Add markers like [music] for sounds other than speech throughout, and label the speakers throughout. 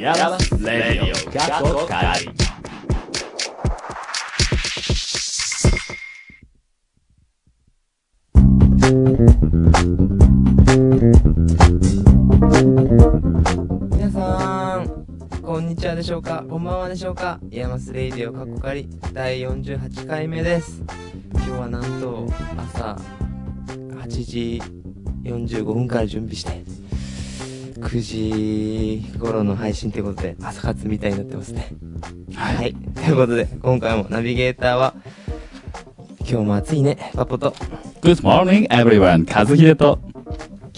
Speaker 1: ヤバレディオ過去会
Speaker 2: 皆さんこんにちはでしょうかこんばんはでしょうかイヤマスレイディオカッコカリ第48回目です今日はなんと朝8時45分から準備して9時頃の配信ということで朝活みたいになってますねはい、ということで今回もナビゲーターは今日も暑いねパポと
Speaker 1: Good morning everyone 和秀と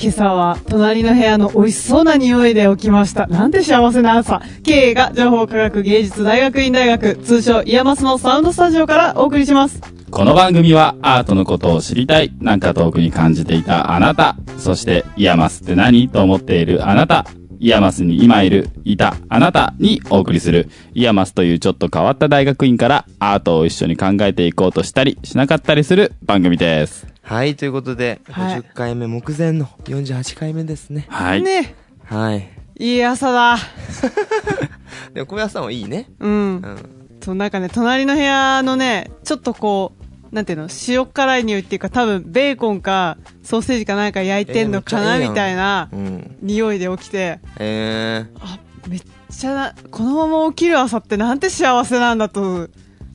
Speaker 3: 今朝は隣の部屋の美味しそうな匂いで起きました。なんて幸せな朝。経営が情報科学芸術大学院大学、通称イヤマスのサウンドスタジオからお送りします。
Speaker 1: この番組はアートのことを知りたい、なんか遠くに感じていたあなた、そしてイヤマスって何と思っているあなた、イヤマスに今いる、いたあなたにお送りする、イヤマスというちょっと変わった大学院からアートを一緒に考えていこうとしたりしなかったりする番組です。
Speaker 2: はいということで
Speaker 3: はい
Speaker 2: 50回目目前の48回目ですね
Speaker 1: はい。
Speaker 3: ね
Speaker 2: はい
Speaker 3: いい朝だ。
Speaker 2: でも小林さんはいいね
Speaker 3: うん
Speaker 2: う。ん
Speaker 3: と、なんかね、隣の部屋のね、ちょっとこう、なんていうの、塩辛い匂いっていうか多分ベーコンかソーセージかなんか焼いてんのかな、
Speaker 2: えーめっちゃいいやん
Speaker 3: みたいな
Speaker 2: うん
Speaker 3: 匂いで起きて、
Speaker 2: え
Speaker 3: あめっちゃなこのまま起きる朝ってなんて幸せなんだと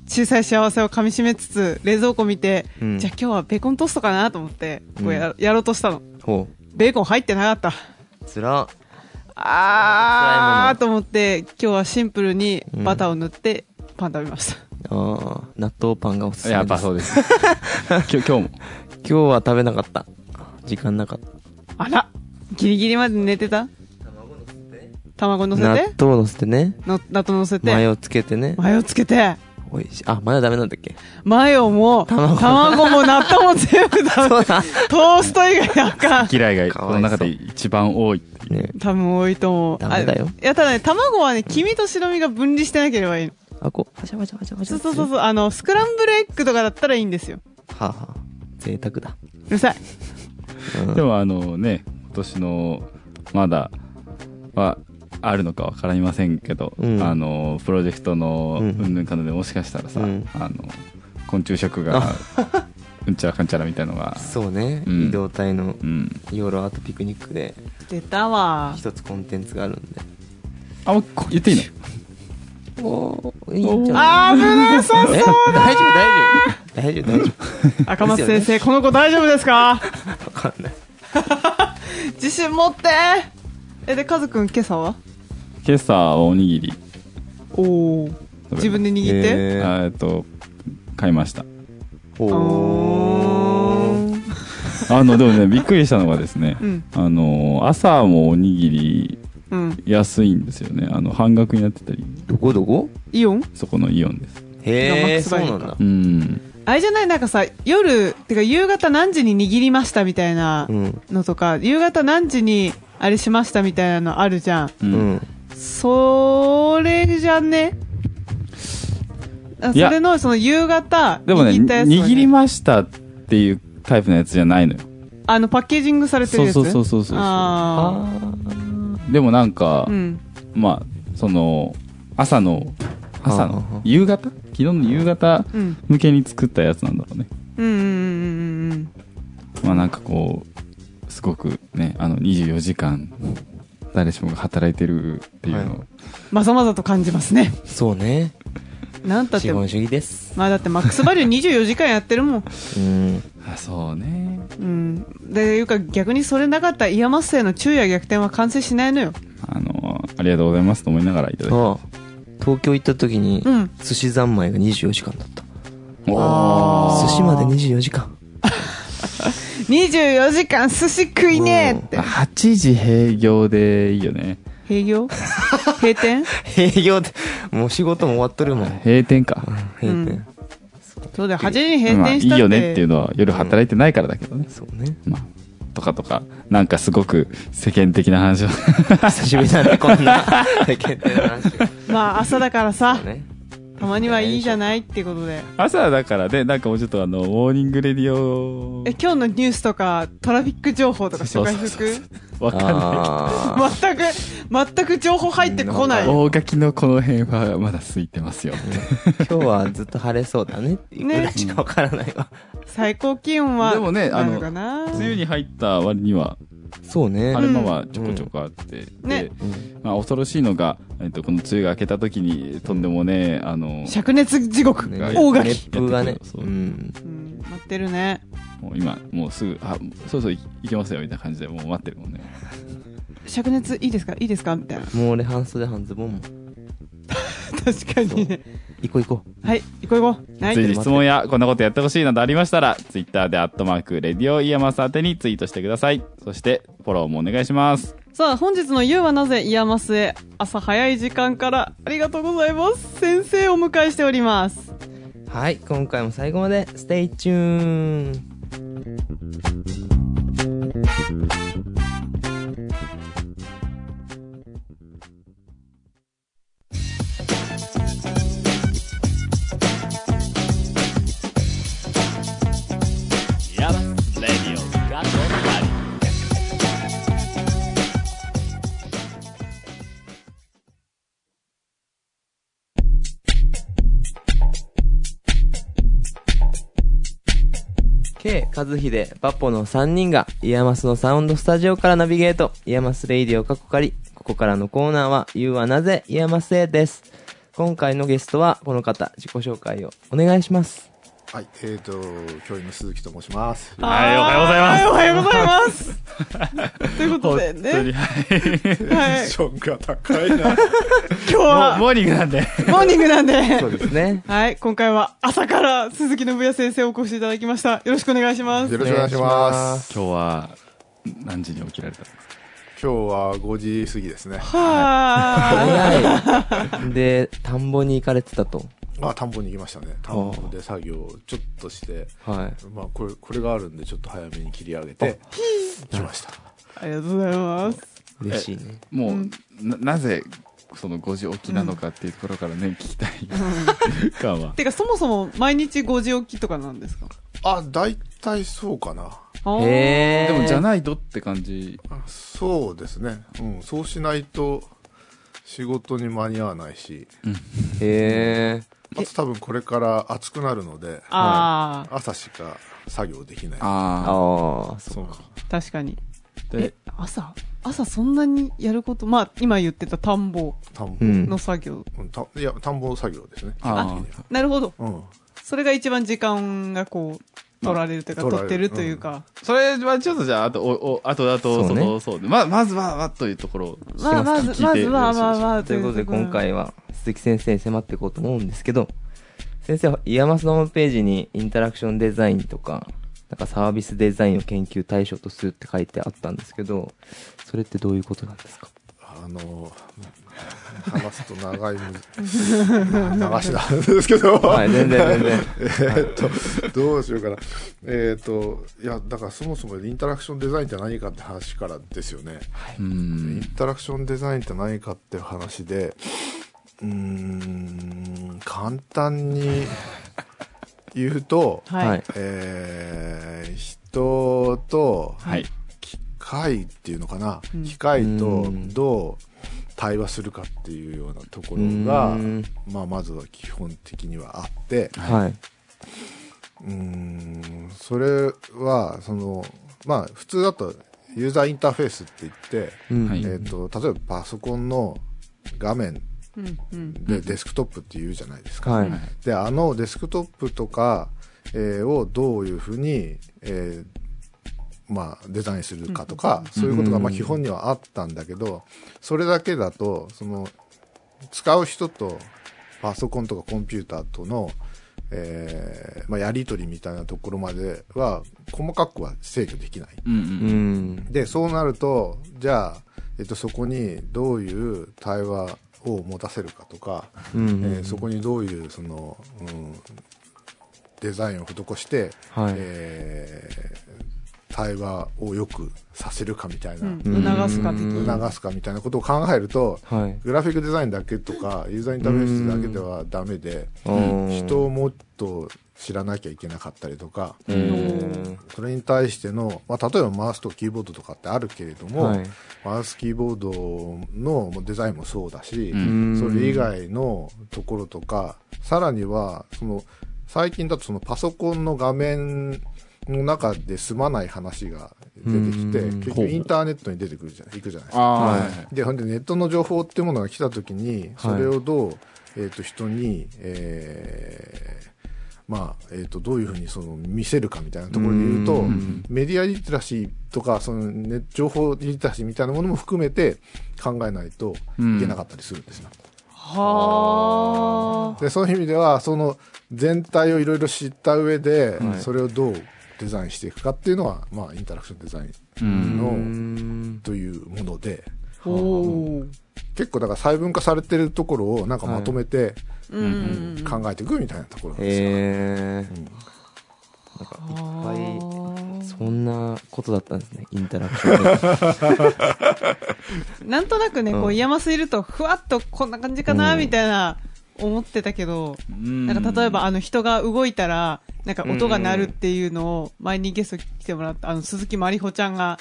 Speaker 3: 小さい幸せをかみしめつつ冷蔵庫見て、
Speaker 2: うん
Speaker 3: じゃあ今日はベーコントーストかなと思ってこうや,、やろうとしたの
Speaker 2: ー、ほ
Speaker 3: ベーコン入ってなかった
Speaker 2: うつら辛いも
Speaker 3: あ
Speaker 2: の
Speaker 3: ーと思って今日はシンプルにバターを塗ってパン食べました、
Speaker 2: あー納豆パンがおすすめです
Speaker 1: やっぱそう
Speaker 2: [laughs]
Speaker 1: です。今日、今日も。
Speaker 2: 今日は食べなかった時間なかった
Speaker 3: あらギリギリまで寝てた卵乗せ
Speaker 2: 納
Speaker 3: て
Speaker 2: 豆のせてね
Speaker 3: の納豆乗せて
Speaker 2: マ
Speaker 3: マ
Speaker 2: ヨつけてね
Speaker 3: ヨつけて
Speaker 2: おいしいあマヨダメなんだっけ
Speaker 3: マヨも
Speaker 2: 卵
Speaker 3: 卵も納豆も全部
Speaker 2: [laughs]
Speaker 3: 食べ
Speaker 2: そうだ
Speaker 3: トースト以外なんか、
Speaker 1: 嫌いが、
Speaker 2: か
Speaker 1: こ
Speaker 2: わいそう
Speaker 1: の中で一番多い。
Speaker 2: ね
Speaker 3: 多分多いと思う。
Speaker 2: ダメだよ
Speaker 3: あいや、ただね、卵はね、黄身と白身が分離してなければいいの。
Speaker 2: あこうパシャパシャパシャパシ
Speaker 3: そ
Speaker 2: ャ
Speaker 3: うそうそうそう、あの、スクランブルエッグとかだったらいいんですよ。
Speaker 2: はあ、はあ、贅沢だ、
Speaker 3: うるさい。
Speaker 2: うん
Speaker 1: でもあのね、今年の、まだ、は、あるのかわかりませんけど、
Speaker 2: うん
Speaker 1: あの、プロジェクトの、
Speaker 2: うん
Speaker 1: うんぬんかんぬんでもしかしたらさ、
Speaker 2: うん
Speaker 1: あの、昆虫食が、うんちゃらかんちゃらみたいのが、
Speaker 2: そうね、
Speaker 1: うん
Speaker 2: 移動隊の
Speaker 1: うん。
Speaker 2: ヨーロアートピクニックで
Speaker 3: 出たわ。
Speaker 2: 一つコンテンツがあるんで
Speaker 1: あ、もうこ言ってい
Speaker 2: [laughs]
Speaker 1: いの
Speaker 2: おーいいんじゃない
Speaker 3: あー危なそう。
Speaker 2: え大丈夫大丈夫大丈夫大丈
Speaker 3: 赤松先
Speaker 2: です
Speaker 3: 生、この子大丈夫ですか
Speaker 2: 夫わかんない
Speaker 3: 自信持ってえ、で、カズくん今朝は
Speaker 1: 今朝はおにぎり、
Speaker 3: おー。自分で握って、
Speaker 2: えー
Speaker 1: あえっと、買いました。
Speaker 2: お
Speaker 3: お
Speaker 2: ー
Speaker 3: ー。
Speaker 1: あの、でも
Speaker 2: [laughs]
Speaker 1: ね、びっくりしたのがですね、
Speaker 3: うん、
Speaker 1: あの、朝もおにぎり
Speaker 3: うん。
Speaker 1: 安いんですよね。あの、半額になってたり、
Speaker 2: どこどこ
Speaker 3: イオン
Speaker 1: そこのイオンです。
Speaker 2: へえ
Speaker 3: マックス
Speaker 2: そう
Speaker 3: バリ
Speaker 2: なん
Speaker 3: ュー
Speaker 2: だ
Speaker 3: か
Speaker 1: うん。
Speaker 3: あれじゃないなんかさ、夜、てか夕方何時に握りましたみたいな
Speaker 2: うん
Speaker 3: のとか、夕方何時にあれしましたみたいなのあるじゃん。
Speaker 1: う
Speaker 2: うんん
Speaker 3: それじゃねあ
Speaker 1: いや
Speaker 3: それの、その夕方、
Speaker 1: でもね、
Speaker 3: 握ったやつ、ね。
Speaker 1: 握りましたっていうタイプのやつじゃないのよ。
Speaker 3: あの、パッケージングされてる
Speaker 1: そう
Speaker 3: やつ。
Speaker 1: そうそうそうそう。
Speaker 3: あ
Speaker 2: あ
Speaker 1: でもなんか
Speaker 3: あ。う、ん。
Speaker 1: まあ、その、朝の、朝
Speaker 2: はあはあ
Speaker 1: の、夕方昨日の夕方
Speaker 3: うん。
Speaker 1: 向けに作ったやつなんだろうね。
Speaker 3: うんうんうんうんうん。
Speaker 1: まあなんかこう、すごくね、あの、24時間、誰しもが働いてるっていうのを、
Speaker 2: は
Speaker 3: まざまざと感じますね。
Speaker 2: ーそうね
Speaker 3: なんたっ
Speaker 2: 資
Speaker 3: て、
Speaker 2: 本主義です
Speaker 3: まあだってマックスバリュー24時間やってるもん。
Speaker 2: うん
Speaker 1: あ、そうね。
Speaker 3: うん。で、いうか逆にそれなかったらイヤマッセの昼夜逆転は完成しないのよ。
Speaker 1: あの、ありがとうございますと思いながらいただき
Speaker 2: あ東京行った時に
Speaker 3: うん。
Speaker 2: 寿司三昧が24時間だった
Speaker 3: あー
Speaker 2: 寿司まで24時間 [laughs]
Speaker 3: 24時間寿司食いねえって。
Speaker 1: 8時閉業でいいよね。
Speaker 3: 閉
Speaker 1: [laughs]
Speaker 3: 業閉店
Speaker 2: 営業でもう仕事も終わっとるもん
Speaker 1: 閉店か。
Speaker 2: 閉
Speaker 3: う
Speaker 2: 店
Speaker 3: んそうだよ、8時に閉
Speaker 1: まあい
Speaker 3: 店
Speaker 1: い
Speaker 3: したって。
Speaker 1: よねっていうのは夜働いてないからだけどね、
Speaker 2: そうね
Speaker 1: まあとかとかなんかすごく世間的な話を [laughs]
Speaker 2: 久しぶりだねこんな世間体の話が
Speaker 3: まあ朝だからさ、
Speaker 2: ね
Speaker 3: たまにはいいじゃないっていうことで。
Speaker 1: 朝だからねなんかもうちょっとあのモーニングレディオ
Speaker 3: え、今日のニュースとか、トラフィック情報とか紹介
Speaker 1: そう
Speaker 3: し
Speaker 1: そ
Speaker 3: と
Speaker 1: う
Speaker 3: く
Speaker 1: そうわかんない
Speaker 2: あー
Speaker 3: 全く、全く情報入ってこな
Speaker 1: け
Speaker 3: い。
Speaker 1: ど。
Speaker 2: う
Speaker 1: 大垣のこの辺はまだ空いてますよって。
Speaker 2: 今日はずっと晴れそうだねっていうぐらいしかわからないわ。
Speaker 3: 最高気温は、
Speaker 1: でもねあの
Speaker 3: なかな
Speaker 1: 梅雨に入った割には、
Speaker 2: そうね。
Speaker 1: 晴れ間はちょこちょこあって。
Speaker 3: んね
Speaker 1: で、まあ、恐ろしいのが、えっと、この梅雨が明けた時に、とんでもね、あの、
Speaker 3: 灼熱地獄、
Speaker 2: ね
Speaker 3: 大垣。
Speaker 2: 熱風がね。
Speaker 1: そう
Speaker 2: うん。
Speaker 3: うん、待ってるね。
Speaker 1: もう今、もうすぐ、あ、そろそろい行けますよ、みたいな感じで、もう待ってるもんね。
Speaker 3: 灼熱いいですかいいですかみた
Speaker 1: [laughs]
Speaker 3: いな。
Speaker 2: もう俺半袖半ズボンも。
Speaker 3: 確かにね。
Speaker 2: 行こう行こ
Speaker 3: はい、行こう行こう。は
Speaker 1: 随
Speaker 3: い。
Speaker 1: 時質問やこんなことやってほしいなどありましたら、ツイッターでアットマーク、レディオイヤマス宛てにツイートしてください。そして、フォローもお願いします。
Speaker 3: さあ、本日の夕はなぜイヤマスへ、朝早い時間からありがとうございます。先生をお迎えしております。
Speaker 2: う。はい、今回も最後まで、ステイチューン。
Speaker 1: イヤマス、レディオ、ガット
Speaker 2: ケイ、カズヒデ、バッポの3人が、イヤマスのサウンドスタジオからナビゲート、イヤマスレイディオ過去借り、ここからのコーナーは、You はなぜイヤマスへです。今回のゲストは、この方、自己紹介をお願いします。
Speaker 4: はい、えーと、教員の鈴木と申します。
Speaker 1: はいおはようございます
Speaker 3: す。おはようございます。ということでね、
Speaker 1: に、はい。
Speaker 4: テ
Speaker 3: は
Speaker 4: ン
Speaker 3: い、
Speaker 4: ションが高い [laughs] な。
Speaker 3: 今日
Speaker 1: [laughs]
Speaker 3: は
Speaker 1: モーニングなんで。
Speaker 3: モーニングなんで、。
Speaker 2: そうですね
Speaker 3: はい、今回は朝から鈴木信也先生をお越しいただきました。よろしくお願いします。
Speaker 4: よろしくお願いします。
Speaker 1: 今日は、何時に起きられたんですか
Speaker 4: 今日は5時過ぎですね。
Speaker 3: は
Speaker 2: はい。で、田んぼに行かれてたと。
Speaker 4: まあ、田んぼに行きましたね。田んぼで作業をちょっとして、
Speaker 2: はい。
Speaker 4: まあ、これ、これがあるんで、ちょっと早めに切り上げて、来ました。
Speaker 3: ーい。ありがとうございます。
Speaker 2: 嬉しいね。
Speaker 1: もう、ななぜその5時起きなのかっていうところからね、聞きたい [laughs] 感は
Speaker 3: てか、そもそも毎日5時起きとかなんですか
Speaker 4: あ、大体そうかな。
Speaker 3: あー
Speaker 2: へえ。
Speaker 1: でもじゃないとって感じ
Speaker 4: あそうですね。うん、そうしないと、仕事に間に合わないし、
Speaker 2: へえ。
Speaker 4: あと多分これから暑くなるので、
Speaker 3: あ
Speaker 4: 朝しか作業できない。
Speaker 1: あ
Speaker 2: ああ、そう。
Speaker 4: そう。
Speaker 3: ー、確かに。
Speaker 1: あ
Speaker 3: え
Speaker 1: で、
Speaker 3: 朝朝そんなにやること、まあ、今言ってた田んぼ
Speaker 4: 田んぼ。
Speaker 2: う
Speaker 3: の
Speaker 2: ん。
Speaker 3: 作業。
Speaker 4: うんたいや、田んぼ作業ですね。
Speaker 1: あ
Speaker 3: なるほど。
Speaker 4: うん。
Speaker 3: それが一番時間がこう、取られるというか、
Speaker 4: 取ら
Speaker 3: 取
Speaker 4: れ
Speaker 3: っ
Speaker 4: る
Speaker 3: てるというか。
Speaker 1: それはちょっとじゃああとおおあとあとそ
Speaker 2: そ
Speaker 1: う
Speaker 2: ね
Speaker 1: のそう,、ままずはまというところを聞き
Speaker 3: まあ、ま
Speaker 1: ます
Speaker 3: ず、
Speaker 1: か
Speaker 3: ま
Speaker 1: 聞い
Speaker 3: ず
Speaker 1: て
Speaker 3: は、まあまあ、
Speaker 2: ということで今
Speaker 3: で。
Speaker 2: 回は鈴木先生に迫っていこうと思うんですけど、先生はイヤマスのホームページにインタラクションデザインとか、なんかサービスデザインを研究対象とするって書いてあったんですけど、それってどういうことなんですか
Speaker 4: あの、話すと長いむ、 [laughs] 流しなんですけど、
Speaker 2: はい、全然全然。
Speaker 4: えーっと、どうしようかな。えーっと、いや、だからそもそもインタラクションデザインって何かって話からですよね。
Speaker 1: う
Speaker 4: イン
Speaker 1: ん
Speaker 4: タラクションデザインって何かって話で、うーん、簡単に言うと、
Speaker 3: は
Speaker 2: はいい。
Speaker 4: えー人と
Speaker 1: はい
Speaker 4: 機械っていうのかな、
Speaker 3: うん
Speaker 4: 機械と
Speaker 2: うん
Speaker 4: どう対話するかっていうようなところ
Speaker 2: う
Speaker 4: が
Speaker 2: ーん、
Speaker 4: まあ、まずは基本的にはあって
Speaker 2: はい。
Speaker 4: うーんそれはそのまあ普通だとユーザーインターフェースって言って、
Speaker 2: うん
Speaker 1: はい
Speaker 4: えー、と例えばパソコンの画面
Speaker 3: うん、うん。
Speaker 4: でデスクトップって言うじゃないですか。
Speaker 2: はい。
Speaker 4: であのデスクトップとか、えーをどういうふうに、えーまあ、デザインするかとか、そういうことがまあ基本にはあったんだけど、それだけだとその使う人とパソコンとかコンピューターとの、えーまあ、やり取りみたいなところまでは細かくは制御できない。
Speaker 1: うんう
Speaker 2: うんん。
Speaker 4: でそうなるとじゃあ、えっと、そこにどういう対話を持たせるかとか、
Speaker 2: うん
Speaker 4: えーそこにどういうその、うん、デザインを施して、
Speaker 2: はい
Speaker 4: えー対話をよくさせるかみたいな、
Speaker 3: うん、促すか的
Speaker 2: うん
Speaker 3: に。
Speaker 4: 促すかみたいなことを考えると
Speaker 2: はい。
Speaker 4: グラフィックデザインだけとかユーザーインターフェースだけではダメで人をもっと知らなきゃいけなかったりとか
Speaker 2: うー
Speaker 4: それに対しての、まあ、例えばマウスとキーボードとかってあるけれど
Speaker 2: ん。
Speaker 4: も、
Speaker 2: はい。
Speaker 4: マウスキーボードのデザインもそうだし、
Speaker 5: うん
Speaker 4: それ以外のところとか、さらには、その、最近だとそのパソコンの画面の中で済まない話が出てきて、
Speaker 2: うん
Speaker 4: 結
Speaker 5: ほう
Speaker 4: 局インターネットに出てくるじゃない、行くじゃないですか。
Speaker 5: あ
Speaker 4: で、ほんでネットの情報っていうものが来た時に、それをどう、えっ、と、人に、えーまあ、えっ、と、どういうふうにその見せるかみたいなところで言うと、
Speaker 5: ん
Speaker 4: メディアリテラシーとか、その、ね、情報リテラシーみたいなものも含めて考えないといけなかったりするんですよ。
Speaker 3: はあ。
Speaker 4: で、そういう意味では、その全体をいろいろ知った上で、
Speaker 2: はい
Speaker 4: それをどうデザインしていくかっていうのは、まあ、インタラクションデザイン
Speaker 5: あ。うん。
Speaker 4: の
Speaker 2: うん
Speaker 4: というもので、
Speaker 3: おお。
Speaker 4: 結構だから細分化されてるところをなんかまとめて、
Speaker 3: うん。
Speaker 4: 考えていくみたいなところなんですよ。
Speaker 2: へえ。
Speaker 4: うん
Speaker 3: はー
Speaker 2: そんなことだったんですね。インタラクションで。
Speaker 3: なんとなくね、こ
Speaker 2: う
Speaker 3: う、
Speaker 2: ん
Speaker 3: 山すいると、ふわっとこんな感じかな、
Speaker 2: うん
Speaker 3: みたいな、思ってたけど、
Speaker 5: な
Speaker 3: なんか例えば、あの、人が動いたら、なんか音が鳴るっていうのを、前にゲスト来てもらった、あの、鈴木まりほちゃんが、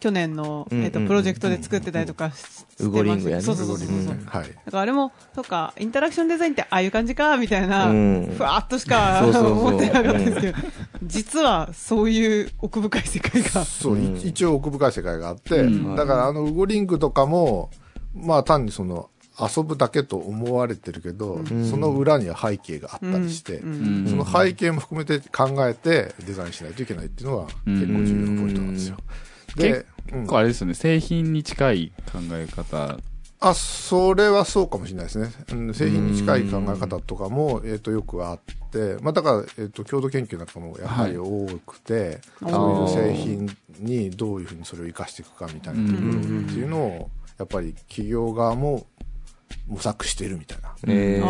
Speaker 3: 去年の、
Speaker 2: うん
Speaker 3: えっと、
Speaker 2: うん
Speaker 3: プロジェクトで作ってたりとかしして
Speaker 2: ウゴリングや
Speaker 3: ま
Speaker 2: ね
Speaker 3: すそうそうそうそう
Speaker 2: ウゴリング
Speaker 3: そう。
Speaker 2: ね
Speaker 4: はい。
Speaker 3: だからあれも、そうか、インタラクションデザインってああいう感じか、みたいな、
Speaker 2: うん
Speaker 3: ふわっとしか
Speaker 2: そうそうそう
Speaker 3: 思ってなかったんですけど、実はそういう奥深い世界が。
Speaker 4: そう、い
Speaker 2: うん
Speaker 4: 一応奥深い世界があって、
Speaker 5: うん
Speaker 4: だからあのウゴリングとかも、まあ単にその遊ぶだけと思われてるけど、その裏には背景があったりして、
Speaker 3: うんうん
Speaker 5: ん
Speaker 4: その背景も含めて考えてデザインしないといけないっていうのは結構重要なポイントなんですよ。で
Speaker 5: 結、
Speaker 4: うん
Speaker 5: 構あれですよね、製品に近い考え方。
Speaker 4: あ、それはそうかもしれないですね。うん、製品に近い考え方とかも、えっ、と、よくあって、まあ、だから、えっ、と、共同研究なんかもやはり多くて、
Speaker 3: はい
Speaker 4: そういう製品にどういうふうにそれを活かしていくかみたいなところっていうのを、やっぱり企業側も模索してるみたいな
Speaker 2: へえ。
Speaker 3: あ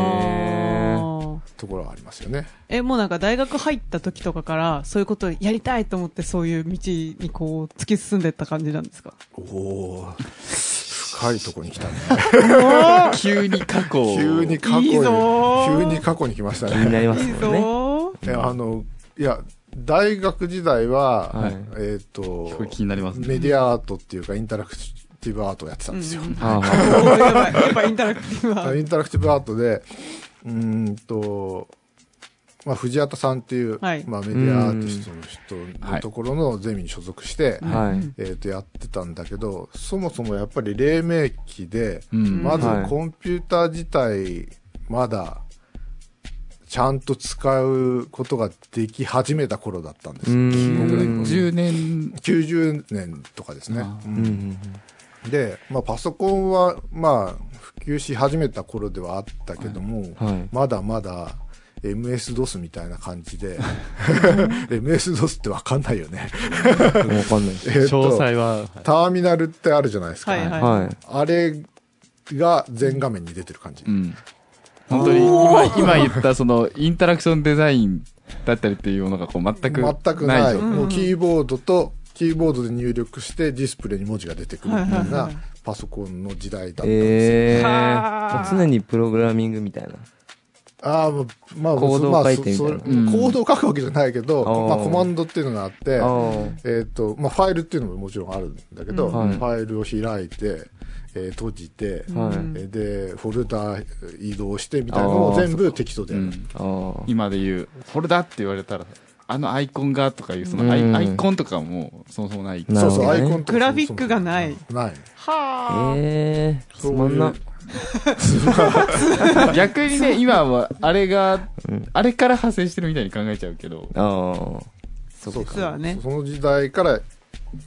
Speaker 3: ー
Speaker 4: ところはありますよね。
Speaker 3: え、もうなんか大学入った時とかから、そういうことをやりたいと思って、そういう道にこう、突き進んでった感じなんですか
Speaker 4: おおー [laughs] 深いとこに来たね。
Speaker 5: 急に過去を。
Speaker 4: 急に過去に、
Speaker 3: いいぞー
Speaker 4: 急に過去に来ました
Speaker 2: 気に
Speaker 4: ね。
Speaker 2: なりま
Speaker 3: い
Speaker 2: す
Speaker 3: い
Speaker 2: もんね。
Speaker 3: ぞ
Speaker 4: えあの、いや、大学時代は、
Speaker 2: はい
Speaker 4: えっ、と
Speaker 5: これ、気になりますね。
Speaker 4: メディアアートっていうかインタラクティブアートをやってたんですよ。
Speaker 2: はあは
Speaker 3: ー。おーやばい。やっぱインタラクティブ
Speaker 4: [laughs]
Speaker 3: は。
Speaker 4: インタラクティブアートで、うーんと、まあ、藤畑さんっていう、
Speaker 3: はい
Speaker 4: まあ、メディアアーティストの人のところのゼミに所属して、
Speaker 2: あはい。
Speaker 4: えー、とやってたんだけどそもそもやっぱり黎明期で、
Speaker 5: うん
Speaker 4: まず
Speaker 2: はい
Speaker 4: コンピューター自体まだちゃんと使うことができ始めた頃だったんですよ
Speaker 2: うん
Speaker 4: 僕らにも
Speaker 5: 10年。
Speaker 4: 90年とかですね。
Speaker 5: あ
Speaker 4: うん
Speaker 2: うんうん
Speaker 4: で、まあ、パソコンは、まあ、普及し始めた頃ではあったけども、
Speaker 2: はいはい
Speaker 4: まだまだ MS-DOS みたいな感じで、MS-DOS [laughs] ってわかんないよね。
Speaker 2: うん。もうわかんないで
Speaker 4: え
Speaker 2: す。
Speaker 4: っ
Speaker 5: 詳
Speaker 4: と、
Speaker 5: 細は。
Speaker 4: ターミナルってあるじゃないですか。
Speaker 3: はいはい。
Speaker 2: は
Speaker 4: あれが全画面に出てる感じ。
Speaker 5: うん。本当に、今、今言った、その、インタラクションデザインだったりっていうものが、こう、全く。
Speaker 4: 全くない。
Speaker 5: 状態
Speaker 4: もうキーボードと、キーボードで入力してディスプレイに文字が出てくるみた
Speaker 3: はいいはいは
Speaker 4: ないパソコンの時代だったん
Speaker 2: い。
Speaker 4: ですよ。
Speaker 2: ええ。
Speaker 3: は
Speaker 2: もう
Speaker 3: あ
Speaker 2: 常にプログラミングみたいな。
Speaker 4: ああ、まあ、まあ、
Speaker 2: コードを
Speaker 4: まあ
Speaker 2: 書いてみたいな
Speaker 4: そそれ
Speaker 5: うん
Speaker 4: コードを書くわけじゃないけど、
Speaker 2: あー
Speaker 4: まあ、コマンドっていうのがあって、
Speaker 2: ああ。
Speaker 4: えっ、と、まあ、ファイルっていうのももちろんあるんだけど、
Speaker 2: うんはい
Speaker 4: ファイルを開いて、えー閉じて、
Speaker 2: はい
Speaker 3: うん
Speaker 4: えーで、フォルダ移動してみたいなのを
Speaker 2: あー
Speaker 4: 全部テキストで
Speaker 5: う
Speaker 4: やる。
Speaker 5: ん。
Speaker 2: ああ。
Speaker 5: 今で言う、フォルダって言われたら、あのアイコンがとかいう、そのア
Speaker 2: う
Speaker 5: イ
Speaker 2: ん
Speaker 5: アイコンとかも、そもそもない。
Speaker 2: な
Speaker 4: そうそう、
Speaker 2: な
Speaker 4: ア
Speaker 2: るほど
Speaker 4: イコ
Speaker 2: ね
Speaker 4: ンとか
Speaker 3: グラフィックがない
Speaker 4: そうそうない。
Speaker 3: はあ。
Speaker 2: ええ。つ
Speaker 4: そう
Speaker 2: まんな。
Speaker 5: [laughs] 逆にね、今は、あれが
Speaker 2: うん、
Speaker 5: あれから派生してるみたいに考えちゃうけど、
Speaker 2: ああ。そ
Speaker 4: そうう
Speaker 2: か。
Speaker 3: 実はね。
Speaker 4: その時代から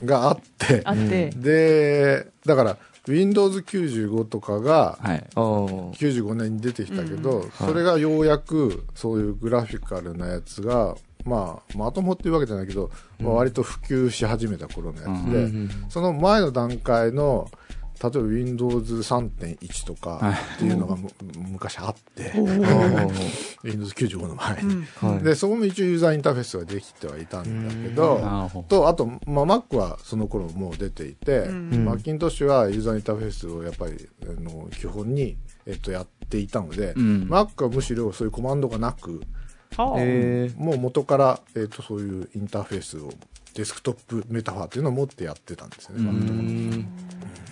Speaker 4: があって、
Speaker 3: あって。
Speaker 4: で、だから、Windows95 とかが、
Speaker 5: はい。
Speaker 2: ああ。
Speaker 4: 95年に出てきたけど、それがようやくそういうグラフィカルなやつが、まあ、まともっていうわけじゃないけど、まあ割と普及し始めた頃のやつで、
Speaker 2: うん
Speaker 4: その前の段階の例えば Windows3.1 とかっていうのがむ昔あって、Windows95 の前に。
Speaker 2: はい
Speaker 4: で、そこも一応ユーザーインターフェースができてはいたんだけ
Speaker 2: う
Speaker 4: ど、
Speaker 5: あーほ
Speaker 4: と、あと、まあ、Mac はその頃もう出ていて、
Speaker 3: うん
Speaker 4: マッキントッシュはユーザーインターフェースをやっぱり、あの、基本に、えっと、やっていたので、
Speaker 5: うん
Speaker 4: Mac はむしろそういうコマンドがなく、
Speaker 3: はあ
Speaker 2: え
Speaker 4: もう元から、えっと、そういうインターフェースを、デスクトップメタファーっていうのを持ってやってたんですよね。
Speaker 5: うん
Speaker 2: ー、うーん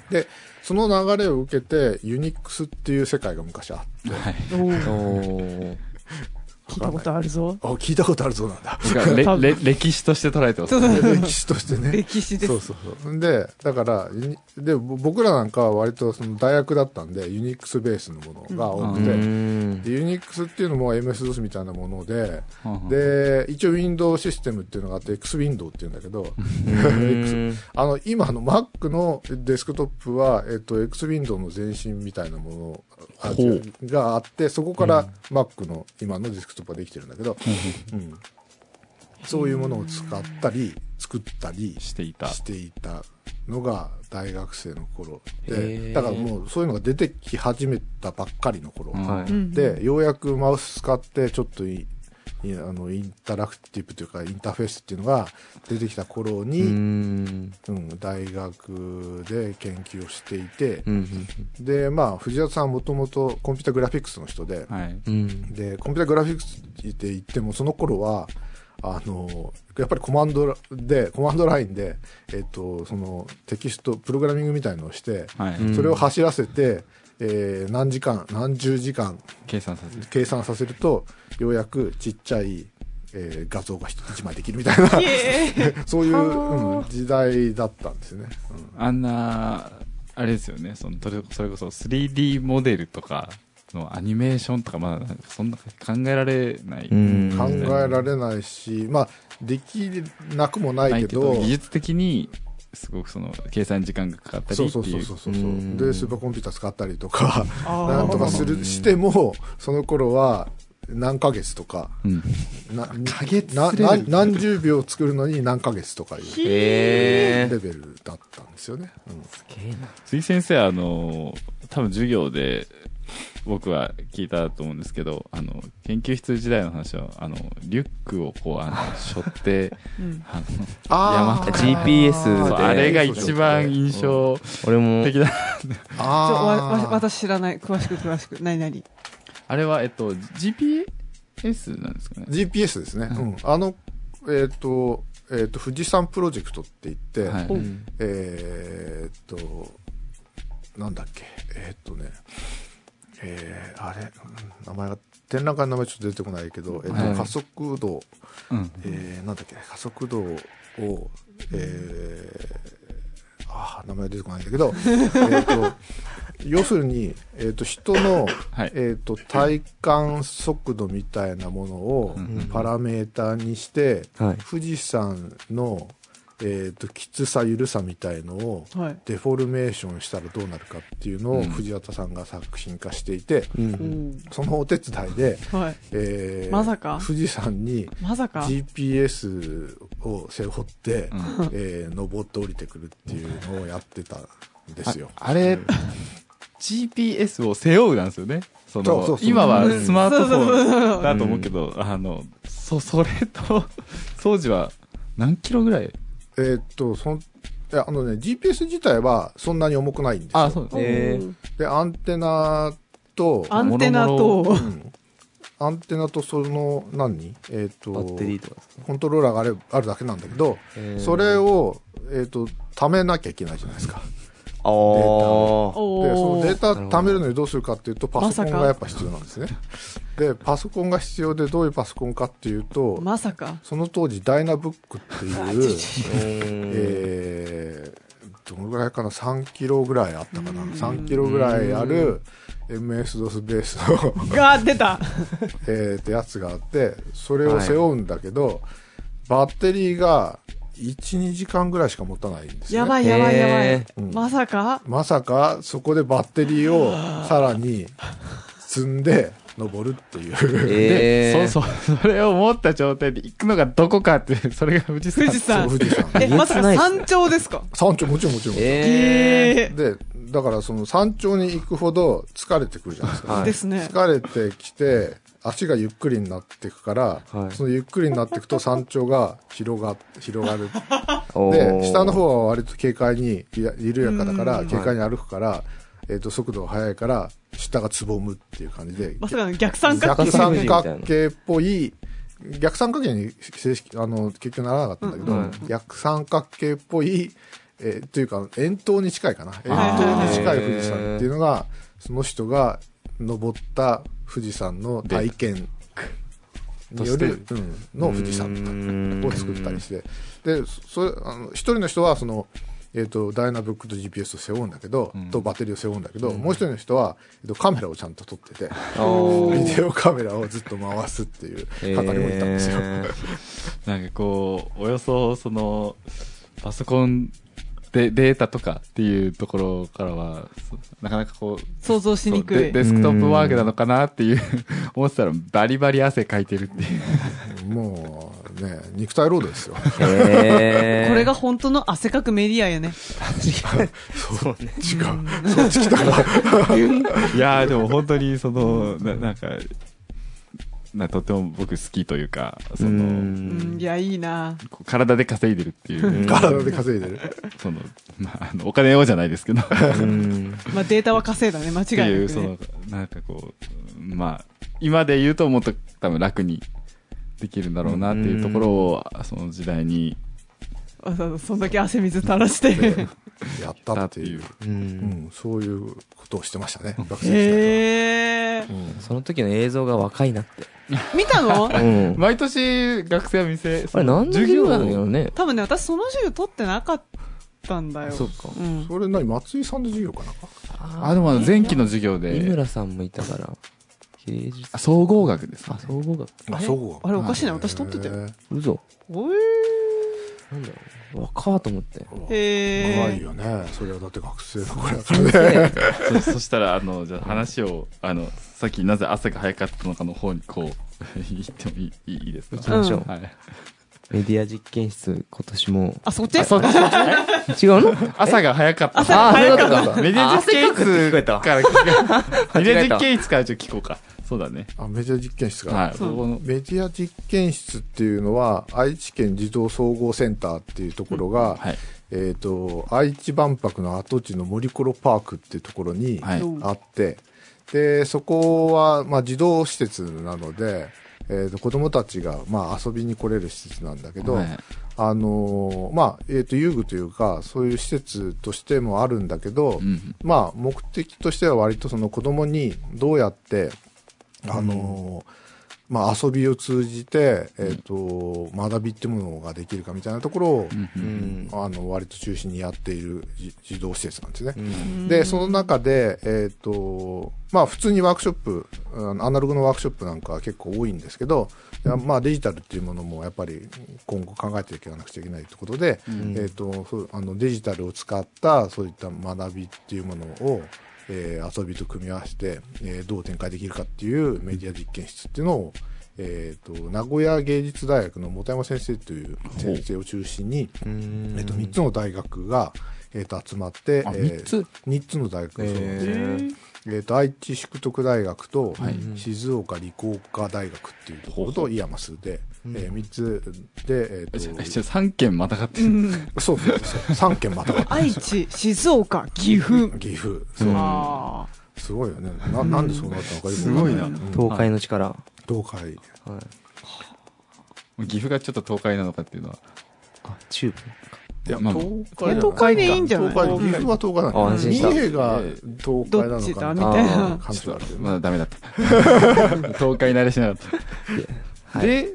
Speaker 4: で、その流れを受けて、ユニックスっていう世界が昔あって、
Speaker 5: はい。
Speaker 3: おー
Speaker 1: お
Speaker 3: 聞いたことあるぞ。
Speaker 4: あ、聞いたことあるそうなんだ。 [laughs]
Speaker 1: なんかれれ歴史として捉えてます
Speaker 4: 歴史としてね。
Speaker 3: 歴史で
Speaker 4: そう
Speaker 3: す。
Speaker 4: そうそう。で、だから、ユニで、ぼ僕らなんかは割とその大学だったんで、ユニックスベースのものが多くて、
Speaker 2: う
Speaker 4: で
Speaker 2: ーん
Speaker 4: ユニックスっていうのも MS-DOS みたいなもので、
Speaker 5: ほうほう、
Speaker 4: で、一応 Windows システムっていうのがあって、XWindow っていうんだけど、
Speaker 2: うん
Speaker 4: あの、今の Mac のデスクトップは、えっと、XWindow の前身みたいなものがあって、そこから Mac の今のデスクトップができてるんだけど、うんそういうものを使ったり、作ったり
Speaker 5: していた。
Speaker 4: していたのが大学生の頃
Speaker 2: へ
Speaker 4: で、
Speaker 2: ー
Speaker 4: だからもうそういうのが出てき始めたばっかりの頃。
Speaker 2: は
Speaker 3: う
Speaker 2: い
Speaker 3: ん
Speaker 4: で、ようやくマウス使って、ちょっといいあのインタラクティブというか、インターフェースっていうのが出てきた頃に、
Speaker 2: うーん
Speaker 4: うん、大学で研究をしていて
Speaker 2: う、ん
Speaker 4: で、まあ、藤原さんはもともとコンピュータグラフィックスの人で、
Speaker 5: はい。
Speaker 2: うん
Speaker 4: で、コンピュータグラフィックスって言っても、その頃は、あの、やっぱりコマンドで、コマンドラインで、えっと、そのテキスト、プログラミングみたいのをして、
Speaker 5: はい。
Speaker 2: ん
Speaker 4: それを走らせて、えー何時間、何十時間
Speaker 5: 計算させる。
Speaker 4: 計算させると、ようやくちっちゃい、えー画像が一枚できるみたいな、
Speaker 3: イエーイ
Speaker 4: [laughs] そういう、
Speaker 3: はあ
Speaker 4: うん時代だったんですね。うん
Speaker 5: あんな、あれですよね。その、とれそれこそ 3D モデルとかのアニメーションとか、まだ、そんな考えられない。
Speaker 2: うん
Speaker 4: 考えられないし、まあ、できなくもな
Speaker 5: ないい
Speaker 4: け
Speaker 5: けど、
Speaker 4: ど、
Speaker 5: 技術的に、すごくその、計算に時間がかかったりって
Speaker 4: そ
Speaker 5: いうう。
Speaker 4: そうそうそうそう。
Speaker 2: うん
Speaker 4: で、スーパーコンピューター使ったりとか、
Speaker 3: あー
Speaker 4: なんとかする、しても、その頃は、何ヶ月とか、
Speaker 5: うん。
Speaker 4: な
Speaker 1: ヶ月
Speaker 4: な
Speaker 1: レベル
Speaker 4: な何十秒作るのに何ヶ月とかいう
Speaker 2: え
Speaker 4: レベルだったんですよね。うん
Speaker 5: 辻先生、あの、多分授業で、僕は聞いたと思うんですけど、あの、研究室時代の話は、あの、リュックをこう、あの、背負って、
Speaker 3: うん
Speaker 5: あの、
Speaker 4: あー
Speaker 2: GPS
Speaker 4: そう
Speaker 5: そう
Speaker 2: で
Speaker 5: あれが一番印象
Speaker 2: 俺も
Speaker 5: 的だ。
Speaker 3: ちょわ
Speaker 4: あ
Speaker 3: わ
Speaker 4: ー
Speaker 3: 私知らない。詳しく詳しく。何々。
Speaker 5: あれは、えっと、GPS なんですかね。
Speaker 4: GPS ですね。うん。あの、えっ、と、えっ、と、富士山プロジェクトって言って、
Speaker 5: はい
Speaker 2: うん
Speaker 4: えーっと、なんだっけ、えーっとね、えーあれ、うん名前が、展覧会の名前ちょっと出てこないけど、えーっと、
Speaker 5: はい
Speaker 4: 加速度、
Speaker 5: うん。
Speaker 4: えーなんだっけ、加速度を、えーあー名前出てこないんだけど、え [laughs] ーっと、要するに、えーっと、人の、
Speaker 5: はい。
Speaker 4: えーっと、体感速度みたいなものを
Speaker 5: うん
Speaker 4: パラメーターにして、
Speaker 2: はい
Speaker 4: 富士山の、えー、ときつさ緩さみたいのを
Speaker 3: はい。
Speaker 4: デフォルメーションしたらどうなるかっていうのを
Speaker 5: うん
Speaker 4: 藤畑さんが作品化していて、
Speaker 2: う
Speaker 3: お
Speaker 2: ん
Speaker 3: ー
Speaker 4: そのお手伝いで、
Speaker 3: はい。
Speaker 4: えー
Speaker 3: まさか
Speaker 4: 富士山に
Speaker 3: まさか。
Speaker 4: GPS を背負って、
Speaker 5: うん
Speaker 4: えー登って降りてくるっていうのをやってたんですよ。
Speaker 5: ああれ、GPS を背負うなんですよね。そ
Speaker 4: そうそう
Speaker 5: の
Speaker 4: そう
Speaker 5: 今は
Speaker 4: うん
Speaker 5: スマートフ
Speaker 3: そうそう
Speaker 5: ォ
Speaker 3: そ
Speaker 5: ンだと思うけど、あの、そ、それと、 [laughs] 当時は何キロぐらい
Speaker 4: えーっとそんいやあのね GPS 自体はそんなに重くないんですよ。
Speaker 5: あ、そうですね。
Speaker 2: え
Speaker 3: おー
Speaker 4: で、アンテナと、
Speaker 3: アンテナと、
Speaker 4: アンテナとその何、えっ、と、
Speaker 2: バッテリーとかですか
Speaker 4: コントローラーがあれあるだけなんだけど、
Speaker 2: えー
Speaker 4: それを、えっ、と、貯めなきゃいけないじゃないですか。
Speaker 2: あー
Speaker 4: で、そ
Speaker 3: お
Speaker 4: のデー
Speaker 3: ー
Speaker 4: タ貯めるのにどうするかっていうと、パソコン
Speaker 3: まさか
Speaker 4: がやっぱ必要なんですね。で、パソコンが必要で、どういうパソコンかっていうと、
Speaker 3: まさか。
Speaker 4: その当時、ダイナブックっていう、えー、どのぐらいかな、3キロぐらいあったかな。3キロぐらいある MS-DOS ベースの、 [laughs]
Speaker 3: が出た。
Speaker 4: えーってやつがあって、それを背負うんだけど、バッテリーが1、2時間ぐらいしか持たないんですね。
Speaker 3: やばいやばいやばい
Speaker 2: え。
Speaker 4: うん
Speaker 3: まさか
Speaker 4: まさか、そこでバッテリーをさらに積んで登るって
Speaker 2: [laughs]
Speaker 4: いう。
Speaker 2: えー
Speaker 5: で、
Speaker 1: [laughs]
Speaker 5: そうそう、それを持った状態で行くのがどこかって、それが富士山。
Speaker 3: 富士山 [laughs]
Speaker 4: そう富士山。
Speaker 2: 言
Speaker 3: え、
Speaker 2: えてないっすね
Speaker 3: まさか山頂ですか
Speaker 4: 山頂、もちろんもちろん。
Speaker 2: えー
Speaker 3: え
Speaker 4: で、だからその山頂に行くほど疲れてくるじゃないですか。
Speaker 1: はい
Speaker 3: ですね。
Speaker 4: 疲れてきて、足がゆっくりになっていくから、
Speaker 1: はい
Speaker 4: そのゆっくりになっていくと山頂が広が、広がる。
Speaker 1: おー
Speaker 4: で、下の方は割と軽快に、いや緩やかだから、
Speaker 3: うん
Speaker 4: 軽快に歩くから、えっ、と、速度が速いから、下がつぼむっていう感じで、
Speaker 3: まさかの逆三角
Speaker 4: 逆
Speaker 3: 形。
Speaker 4: 三角形っぽい、逆三角形に正式、あの、結局ならなかったんだけど、
Speaker 1: うんうん
Speaker 4: 逆三角形っぽい、えーというか、円筒に近いかな。円
Speaker 3: はい
Speaker 4: 筒に近い富士山っていうのが、その人が登った富士山の体験による、うん、の富士山みたいな
Speaker 1: 山
Speaker 4: を作ったりして、で、それ、あの、一人の人は、その、えっ、と、ダイナブックと GPS を背負うんだけど、
Speaker 1: ん
Speaker 4: とバッテリーを背負うんだけど、もう一人の人は、えっと、カメラをちゃんと撮ってて、
Speaker 1: お
Speaker 4: ビ
Speaker 1: ー
Speaker 4: デオカメラをずっと回すっていう係もいたんですよ。
Speaker 2: [laughs]
Speaker 1: えーなんかこう、およそその、パソコンでデータとかっていうところからは、そなかなかこう、
Speaker 3: 想像しにく
Speaker 1: そうデ
Speaker 3: い。
Speaker 1: デスクトップワークなのかなっていう [laughs] 思ってたらバリバリ汗かいてるっていう
Speaker 4: もう、ね、肉体労働ですよ。
Speaker 2: へー
Speaker 3: これが本当の汗かくメディアやね。
Speaker 4: そう、 [laughs] 違う。そっち来たら。
Speaker 1: いやーでも本当にそのななんかなとても僕好きというかその
Speaker 3: うん、いや、いいな
Speaker 1: こう体で稼いでるっていう
Speaker 4: 体で稼いでる。
Speaker 1: その,、まあ、あのお金をじゃないですけどっ
Speaker 2: うん
Speaker 3: まあ、データは稼いだね。間
Speaker 1: て
Speaker 3: 違い
Speaker 1: いう
Speaker 3: なく
Speaker 1: そ
Speaker 3: ね
Speaker 1: の。なんかこうまあ今で言うともっと多分楽にできるんだろうなっていうところをその時代に
Speaker 3: わざわざそんだけ汗水垂らして。
Speaker 4: やった
Speaker 1: だっ
Speaker 4: ってて
Speaker 1: い
Speaker 4: いうう。
Speaker 2: う
Speaker 4: うんん、そういうことをしてましたね。学生時代
Speaker 3: へえ。
Speaker 2: その時の映像が若いなって。
Speaker 3: 見たの
Speaker 2: うん。
Speaker 1: 毎年学生は店
Speaker 2: あれ何の授業なんだろうね。
Speaker 3: 多分ね、私その授業取ってなかったんだよ。
Speaker 2: そうか。
Speaker 3: うん。
Speaker 4: それ何松井さんの授業かなんか
Speaker 1: あでもあの前期の授業
Speaker 2: 井
Speaker 1: で
Speaker 2: 村さんもいたから。芸術。
Speaker 1: あ総合学ですね
Speaker 2: あ、総合学。
Speaker 4: あ、そう
Speaker 3: あれおかしいな、私取ってたよ。
Speaker 4: へ
Speaker 2: 嘘。
Speaker 3: お
Speaker 2: なんだろう。若ーと思って。
Speaker 3: え。
Speaker 4: え
Speaker 3: へ
Speaker 4: 怖
Speaker 3: え
Speaker 4: い。よね。それはだって学生の頃だからね。
Speaker 1: そそしたら、あの、じゃあ話を、あの、さっきなぜ朝が早かったのかの方にこう、 [laughs] 言ってもいいいいいいですか
Speaker 2: 行きましょう。
Speaker 1: はい。
Speaker 2: メディア実験室、今年も。
Speaker 3: あ、そっち
Speaker 1: あそっちそっち
Speaker 2: 違うの
Speaker 1: 朝が早かった。
Speaker 2: あー、そういうこと
Speaker 1: あ [laughs]
Speaker 2: か。
Speaker 1: メディア実験室から聞こ
Speaker 2: [laughs]
Speaker 1: う、メデ
Speaker 2: えた
Speaker 1: ィア実験室からちょっと聞こうか。そうだね。
Speaker 4: あ、メディア実験室が。
Speaker 1: はい。
Speaker 3: そう
Speaker 1: ここの
Speaker 4: メディア実験室っていうのは、愛知県児童総合センターっていうところが、
Speaker 1: はい。
Speaker 4: えっ、と、愛知万博の跡地の森コロパークっていうところに
Speaker 1: はい。
Speaker 3: うん
Speaker 4: あって、で、そこは、まあ、児童施設なので、えー、と子供たちが、まあ、遊びに来れる施設なんだけど、
Speaker 1: はい
Speaker 4: あのーまあ、えっ、と、遊具というか、そういう施設としてもあるんだけど、
Speaker 1: うん。
Speaker 4: まあ、目的としては割とその子供にどうやって、あのーまあ、遊びを通じて、えっ、と、学びってものができるかみたいなところを、
Speaker 1: うん
Speaker 2: うん。
Speaker 4: あの、割と中心にやっているじ児童施設なんですね。
Speaker 2: うん
Speaker 4: で、その中で、えっ、と、まあ普通にワークショップ、あのアナログのワークショップなんかは結構多いんですけど、まあデジタルっていうものもやっぱり今後考えていかなくちゃいけないってことで、
Speaker 2: ん
Speaker 4: えっ、と、そうあのデジタルを使ったそういった学びっていうものを、えー遊びと組み合わせて、えーどう展開できるかっていうメディア実験室っていうのを、えっ、と、名古屋芸術大学の本山先生という先生を中心に、えっと、3つの大学が、えっと、集まって、
Speaker 1: あ
Speaker 4: え
Speaker 1: 三
Speaker 4: ー
Speaker 1: つ
Speaker 4: 三つの大学そうです
Speaker 2: え
Speaker 4: えっと、愛知淑徳大学と、
Speaker 1: はい
Speaker 4: 静岡理工科大学っていうところ
Speaker 1: ほうほ
Speaker 4: と、
Speaker 1: う
Speaker 4: イヤマスで、えー、3つで、えっ
Speaker 1: え
Speaker 4: と、
Speaker 1: じゃあじゃあ3件またがってる。
Speaker 4: そうそうそう、3県またがって
Speaker 3: 愛知、静岡、岐阜。
Speaker 4: 岐阜。そう。
Speaker 3: あ
Speaker 4: すごいよね。な、なんでそうなったのかよく
Speaker 1: すごいな
Speaker 4: わかんうん
Speaker 2: 東海の力。は
Speaker 4: 東海。
Speaker 2: い。
Speaker 1: 岐阜がちょっと東海なのかっていうのは。
Speaker 2: あ、チュー
Speaker 4: いや、
Speaker 1: まあまあ
Speaker 4: 東
Speaker 3: あ。
Speaker 4: 海。
Speaker 3: 東海でいいんじゃない
Speaker 4: 東海、岐阜は東海な
Speaker 2: あ
Speaker 4: の。
Speaker 2: 安心
Speaker 4: 三
Speaker 2: した
Speaker 4: 重が東海
Speaker 3: どっちだ
Speaker 4: な
Speaker 3: み
Speaker 4: のか
Speaker 3: たい
Speaker 2: あ
Speaker 3: な。
Speaker 4: 感じ
Speaker 1: ち
Speaker 4: が
Speaker 1: ょ
Speaker 4: あ
Speaker 1: っ
Speaker 4: る
Speaker 1: と
Speaker 4: よね
Speaker 1: まだダメだった。東海慣れしなかった。
Speaker 2: はい
Speaker 1: で、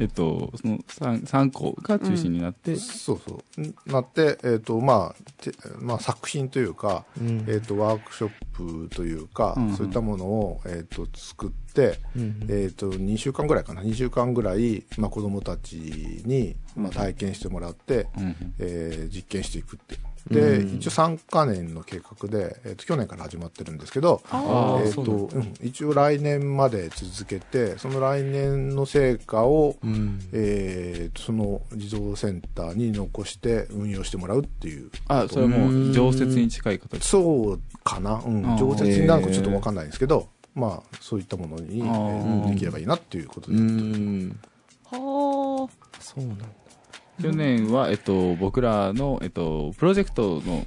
Speaker 1: えっと、その 3, 三校が中心になって、
Speaker 4: そうそう。んなって、えっ、と、まあ、てまあ、作品というか、
Speaker 2: ブ。うん
Speaker 4: えっ、と、ワークショップというか、
Speaker 1: うんうん
Speaker 4: そういったものを、えっ、と、作って、
Speaker 2: うん
Speaker 4: えっ、と、2週間ぐらいかな、2週間ぐらい、まあ、子供たちに、まあ、体験してもらって、
Speaker 1: うん
Speaker 4: えー実験していくっていう。で、
Speaker 1: うん
Speaker 4: 一応3カ年の計画で、えっと去年から始まってるんですけど、
Speaker 1: あ
Speaker 4: え
Speaker 1: あ、
Speaker 4: っ
Speaker 1: そ
Speaker 4: と
Speaker 1: うなんだ
Speaker 4: うん一応来年まで続けてその来年の成果を、
Speaker 1: うん。
Speaker 4: えーその児童センターに残して運用してもらうっていう
Speaker 5: あ、
Speaker 1: そ
Speaker 5: そ
Speaker 1: れ
Speaker 5: れ
Speaker 1: も
Speaker 5: も、
Speaker 1: う常設に近い形。
Speaker 4: そうかな、う
Speaker 1: あー
Speaker 4: ん、常設になるかちょっとわかんないんですけど、まあ、そういったものに、え
Speaker 1: あー
Speaker 4: ーできればいいなっていうことで、
Speaker 1: ん。
Speaker 3: は
Speaker 2: そうなんだ
Speaker 1: 去年は、えっと、僕らの、えっと、プロジェクトの